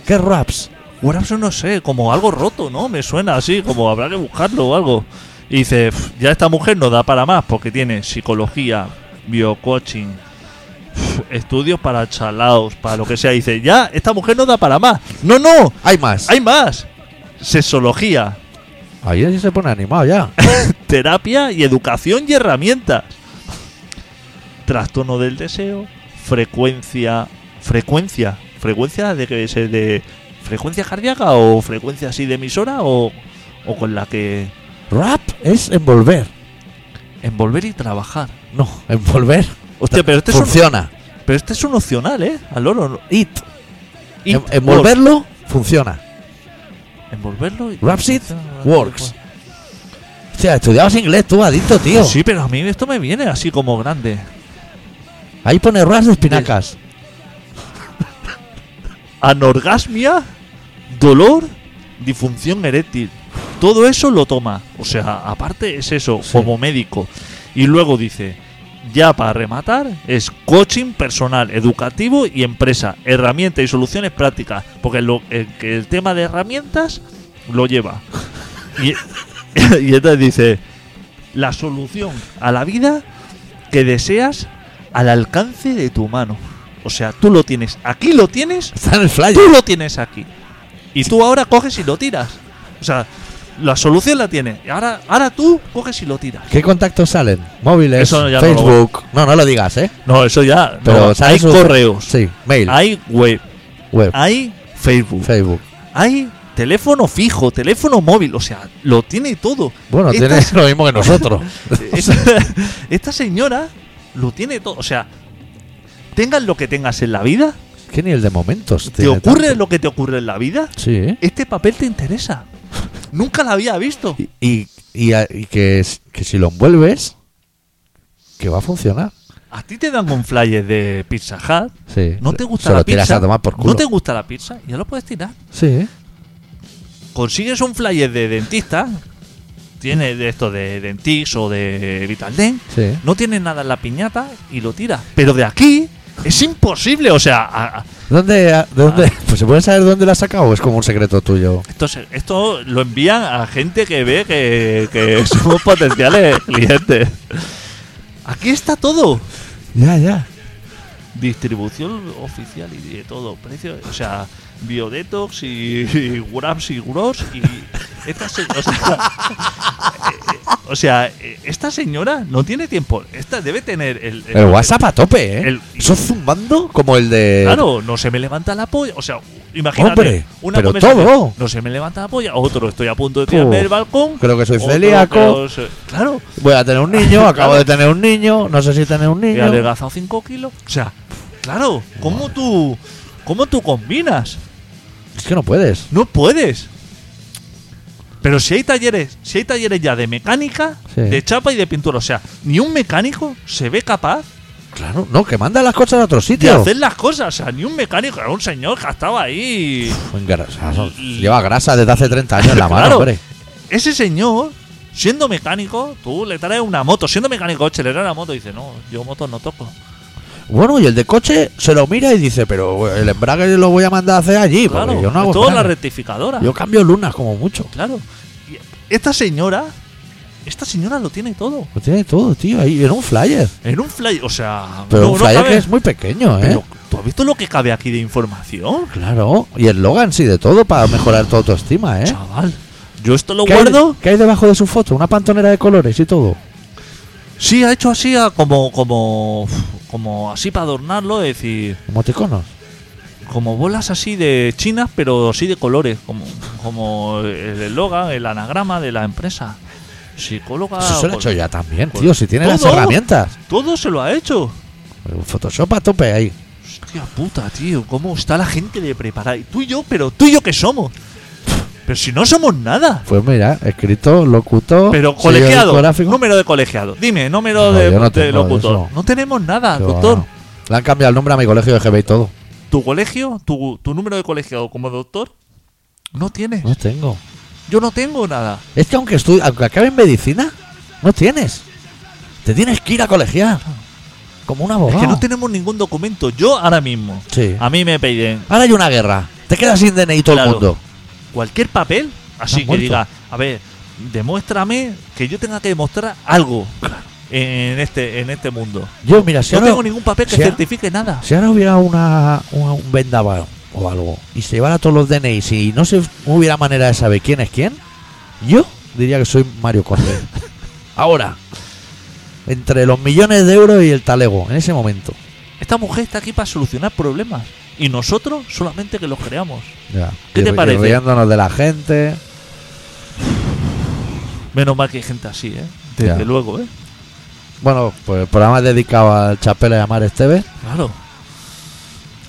Speaker 1: ¿Qué es Raps?
Speaker 2: Grabs no sé, como algo roto, ¿no? Me suena así, como habrá que buscarlo o algo. Y dice, "Pf, ya esta mujer no da para más porque tiene psicología, biocoaching, pf, estudios para chalaos, para lo que sea. Y dice, ya, esta mujer no da para más. No, no,
Speaker 1: Hay más.
Speaker 2: Hay más. Sexología,
Speaker 1: Ahí sí se pone animado ya.
Speaker 2: terapia y educación y herramientas. Trastorno del deseo, frecuencia, frecuencia, frecuencia de que se de frecuencia cardíaca o frecuencia así de emisora o, o con la que
Speaker 1: Rap es envolver.
Speaker 2: envolver y trabajar.
Speaker 1: No, envolver.
Speaker 2: Hostia, pero este es un,
Speaker 1: funciona.
Speaker 2: pero este es un opcional, ¿eh? Al loro. no-
Speaker 1: It.
Speaker 2: It
Speaker 1: En- envolverlo funciona.
Speaker 2: works. Envolverlo. y-
Speaker 1: Wraps it, works. Hostia, estudiabas inglés tú, adicto, tío.
Speaker 2: Sí, pero a mí esto me viene así como grande.
Speaker 1: Ahí pone raps de espinacas.
Speaker 2: anorgasmia, dolor difunción eréctil. Todo eso lo toma. O sea, aparte es eso,
Speaker 1: Sí.
Speaker 2: como médico. Y luego dice, ya para rematar, es coaching personal, educativo y empresa. Herramientas y soluciones prácticas. Porque lo, el, que el tema de herramientas lo lleva. Y, y entonces dice, la solución a la vida que deseas al alcance de tu mano. O sea, tú lo tienes, aquí lo tienes,
Speaker 1: Está en el flyer.
Speaker 2: tú lo tienes aquí. Y tú ahora coges y lo tiras. O sea, la solución la tienes. Y Ahora, ahora tú coges y lo tiras.
Speaker 1: ¿Qué contactos salen? Móviles,
Speaker 2: Eso ya no lo
Speaker 1: Facebook. No, no, lo digas, ¿eh?
Speaker 2: No, eso ya.
Speaker 1: Pero
Speaker 2: no,
Speaker 1: sale
Speaker 2: hay
Speaker 1: su-
Speaker 2: correos,
Speaker 1: Sí, mail,
Speaker 2: hay web,
Speaker 1: web,
Speaker 2: hay Facebook,
Speaker 1: Facebook.
Speaker 2: hay teléfono fijo, teléfono móvil. O sea, lo tiene todo.
Speaker 1: Bueno,
Speaker 2: Esta-
Speaker 1: tienes lo mismo que nosotros.
Speaker 2: esta, esta señora lo tiene todo. O sea, tengas lo que tengas en la vida,
Speaker 1: ¿Qué nivel de momentos
Speaker 2: te ocurre lo que te ocurre en la vida,
Speaker 1: Sí, ¿eh?
Speaker 2: este papel te interesa. Nunca la había visto.
Speaker 1: Y, y, y a- y que, s- que si lo envuelves, que va a funcionar.
Speaker 2: A ti te dan un flyer de Pizza Hut.
Speaker 1: Sí.
Speaker 2: No te gusta
Speaker 1: Se
Speaker 2: la
Speaker 1: lo tiras
Speaker 2: pizza.
Speaker 1: a tomar por culo.
Speaker 2: No te gusta la pizza. Ya lo puedes tirar.
Speaker 1: Sí, ¿eh?
Speaker 2: Consigues un flyer de dentista. Tiene de esto de Dentix o de Vital Dent.
Speaker 1: Sí.
Speaker 2: No tiene nada en la piñata y lo tiras. Pero de aquí es imposible. O sea, a- a-
Speaker 1: ¿Dónde, a- de dónde? Pues se puede saber dónde la has sacado o es como un secreto tuyo.
Speaker 2: esto, se- esto lo envían a gente que ve que, que somos potenciales clientes. Aquí está todo.
Speaker 1: Ya, ya.
Speaker 2: distribución oficial y de todo precio o sea biodetox y, y grams y gross y esta se- o sea, o sea, eh, esta señora no tiene tiempo esta debe tener el, el-
Speaker 1: El WhatsApp a tope, ¿eh?
Speaker 2: El-
Speaker 1: Eso zumbando como el de.
Speaker 2: claro no se me levanta la polla o sea imagínate
Speaker 1: Hombre, pero
Speaker 2: conversación,
Speaker 1: todo.
Speaker 2: no se me levanta la polla otro estoy a punto de tirarme
Speaker 1: Puf,
Speaker 2: del balcón
Speaker 1: creo que soy
Speaker 2: otro,
Speaker 1: celíaco.
Speaker 2: creo que soy- claro
Speaker 1: Voy a tener un niño, acabo de tener un niño, no sé si tener un
Speaker 2: He
Speaker 1: niño.
Speaker 2: adelgazado 5 kilos o sea claro cómo tú cómo tú combinas
Speaker 1: Es que no puedes.
Speaker 2: No puedes. Pero si hay talleres, si hay talleres ya de mecánica,
Speaker 1: Sí.
Speaker 2: de chapa y de pintura, o sea, ni un mecánico se ve capaz
Speaker 1: Claro, no, que manda las cosas a otro
Speaker 2: de
Speaker 1: sitio.
Speaker 2: hacer las cosas, o sea, ni un mecánico, era un señor que estaba ahí.
Speaker 1: Buen grasa, son- Lleva grasa desde hace 30 años en la mano,
Speaker 2: Claro.
Speaker 1: hombre.
Speaker 2: Ese señor, siendo mecánico, tú le traes una moto, siendo mecánico, coche, le traes una moto y dice, no, yo motos no toco.
Speaker 1: Bueno, y el de coche se lo mira y dice, pero el embrague lo voy a mandar a hacer allí,
Speaker 2: Claro,
Speaker 1: porque yo no hago
Speaker 2: toda la
Speaker 1: embrague.
Speaker 2: rectificadora.
Speaker 1: Yo cambio lunas como mucho.
Speaker 2: Claro. Y esta señora, esta señora lo tiene todo.
Speaker 1: Lo Pues tiene todo, tío, ahí en un flyer.
Speaker 2: En un flyer, o sea,
Speaker 1: Pero
Speaker 2: no-
Speaker 1: un
Speaker 2: no
Speaker 1: flyer
Speaker 2: cabe-
Speaker 1: que es muy pequeño, ¿eh?
Speaker 2: Pero, ¿tú has visto lo que cabe aquí de información?
Speaker 1: Claro, y eslogan sí de todo para mejorar tu autoestima, ¿eh?
Speaker 2: Chaval, yo esto lo
Speaker 1: ¿Qué hay,
Speaker 2: guardo.
Speaker 1: qué hay debajo de su foto? Una pantonera de colores y todo.
Speaker 2: Sí, ha hecho así a- como como como así para adornarlo, es decir,
Speaker 1: Emoticonos.
Speaker 2: como bolas así de chinas, pero así de colores, como como el eslogan, el anagrama de la empresa. Psicóloga.
Speaker 1: Eso se lo ha
Speaker 2: col-
Speaker 1: hecho ya también,
Speaker 2: col-
Speaker 1: tío, si tiene las
Speaker 2: Ah, pues Todo.
Speaker 1: herramientas.
Speaker 2: Todo se lo ha hecho.
Speaker 1: Photoshop a tope ahí.
Speaker 2: Hostia puta, tío, cómo está la gente de preparada. Y tú y yo, pero tú y yo que somos. Pero si no somos nada.
Speaker 1: Pues mira, escrito, locutor.
Speaker 2: Pero
Speaker 1: sello
Speaker 2: colegiado,
Speaker 1: discográfico.
Speaker 2: número de colegiado. Dime, número
Speaker 1: No,
Speaker 2: de,
Speaker 1: yo no
Speaker 2: de
Speaker 1: tengo
Speaker 2: locutor.
Speaker 1: eso.
Speaker 2: No tenemos nada,
Speaker 1: Qué
Speaker 2: Ah, doctor.
Speaker 1: bueno. Le han cambiado el nombre a mi colegio de GB y todo.
Speaker 2: Tu colegio, tu, tu número de colegiado como doctor, no tienes.
Speaker 1: No tengo.
Speaker 2: Yo no tengo nada.
Speaker 1: Es que aunque, estu- aunque acabe en medicina, no tienes. Te tienes que ir a colegiar. Como un abogado.
Speaker 2: Es que no tenemos ningún documento. Yo ahora mismo,
Speaker 1: Sí.
Speaker 2: a mí me piden
Speaker 1: Ah, Ahora hay una guerra. Te quedas sin DNI todo
Speaker 2: Claro.
Speaker 1: el mundo.
Speaker 2: cualquier papel, así
Speaker 1: Estás
Speaker 2: que
Speaker 1: muerto.
Speaker 2: diga, a ver, demuéstrame que yo tenga que demostrar algo en este en este mundo.
Speaker 1: Yo, mira, si
Speaker 2: no
Speaker 1: ahora,
Speaker 2: tengo ningún papel que
Speaker 1: si ahora-
Speaker 2: certifique nada.
Speaker 1: si ahora hubiera una, una- un vendaval o algo y se llevara todos los DNI y no se hubiera manera de saber quién es quién, yo diría que soy Mario Conde. ahora. Entre los millones de euros y el talego, en ese momento.
Speaker 2: Esta mujer está aquí para solucionar problemas. Y nosotros solamente que los creamos.
Speaker 1: Ya.
Speaker 2: ¿Qué
Speaker 1: Y-
Speaker 2: te
Speaker 1: y
Speaker 2: parece?
Speaker 1: riéndonos de la gente.
Speaker 2: Menos mal que hay gente así, ¿eh? Desde
Speaker 1: Ya.
Speaker 2: luego, ¿eh?
Speaker 1: Bueno, pues el programa es dedicado al chapela y a Mar Esteves.
Speaker 2: Claro.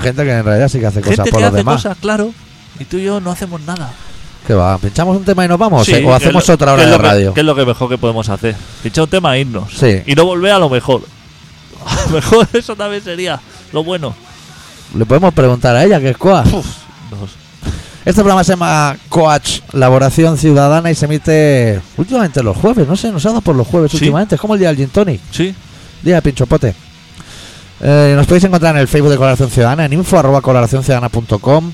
Speaker 1: Gente que en realidad sí que hace cosas
Speaker 2: gente
Speaker 1: por
Speaker 2: que
Speaker 1: los
Speaker 2: hace
Speaker 1: demás.
Speaker 2: cosas, claro. Y tú y yo no hacemos nada.
Speaker 1: Que va, pinchamos un tema y nos vamos.
Speaker 2: Sí,
Speaker 1: ¿eh? o
Speaker 2: que
Speaker 1: hacemos
Speaker 2: es lo-
Speaker 1: otra
Speaker 2: que
Speaker 1: hora
Speaker 2: es
Speaker 1: de
Speaker 2: lo que-
Speaker 1: radio.
Speaker 2: Que es lo que mejor que podemos hacer. Fichar un tema e irnos.
Speaker 1: Sí.
Speaker 2: Y no volver a lo mejor. A lo mejor eso también sería lo bueno.
Speaker 1: Le podemos preguntar a ella que es coa.
Speaker 2: Uf, nos-
Speaker 1: Este programa se llama Coach Laboración Ciudadana y se emite últimamente los jueves. No sé, nos ha dado por los jueves
Speaker 2: Sí.
Speaker 1: últimamente. Es como el día del Gin Tonic,
Speaker 2: Sí,
Speaker 1: día de Pinchopote. Eh, nos podéis encontrar en el Facebook de Colaboración Ciudadana, en info arroba colaboracionciudadana.com,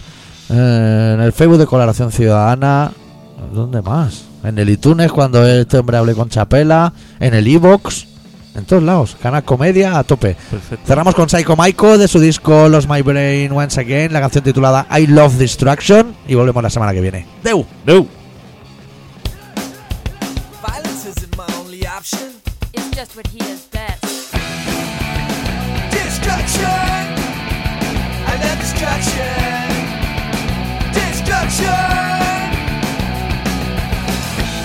Speaker 1: eh, en el Facebook de Colaboración Ciudadana. ¿Dónde más? En el iTunes, cuando este hombre hable con Chapela, en el Evox, en todos lados. Canal Comedia a tope.
Speaker 2: perfecto.
Speaker 1: Cerramos con Psycho Maiko de su disco Los My Brain Once Again, la canción titulada I Love Destruction y volvemos la semana que viene.
Speaker 2: Deu. Deu.
Speaker 8: Violence isn't my only option.
Speaker 9: It's just what he is best.
Speaker 8: Destruction! I love destruction! Destruction!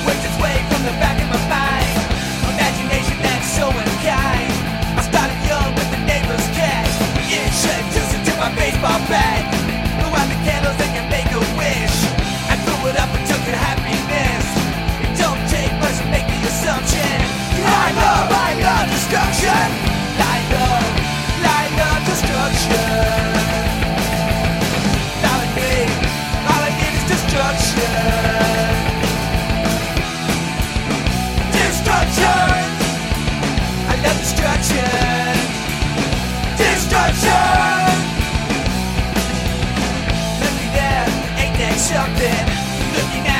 Speaker 8: Works its way from the back of my mind. Imagination that's so unkind. I started young with the neighbor's cat. Introduced it to my baseball bat. Blew out the candles and you make a wish. I blew it up and took the happiness. It don't take much to make the assumption. I love, I love destruction. I love, I love destruction. All I need, all I need is destruction. Destruction. I love destruction. Destruction. Looking at, ain't that something? Looking at. Oh,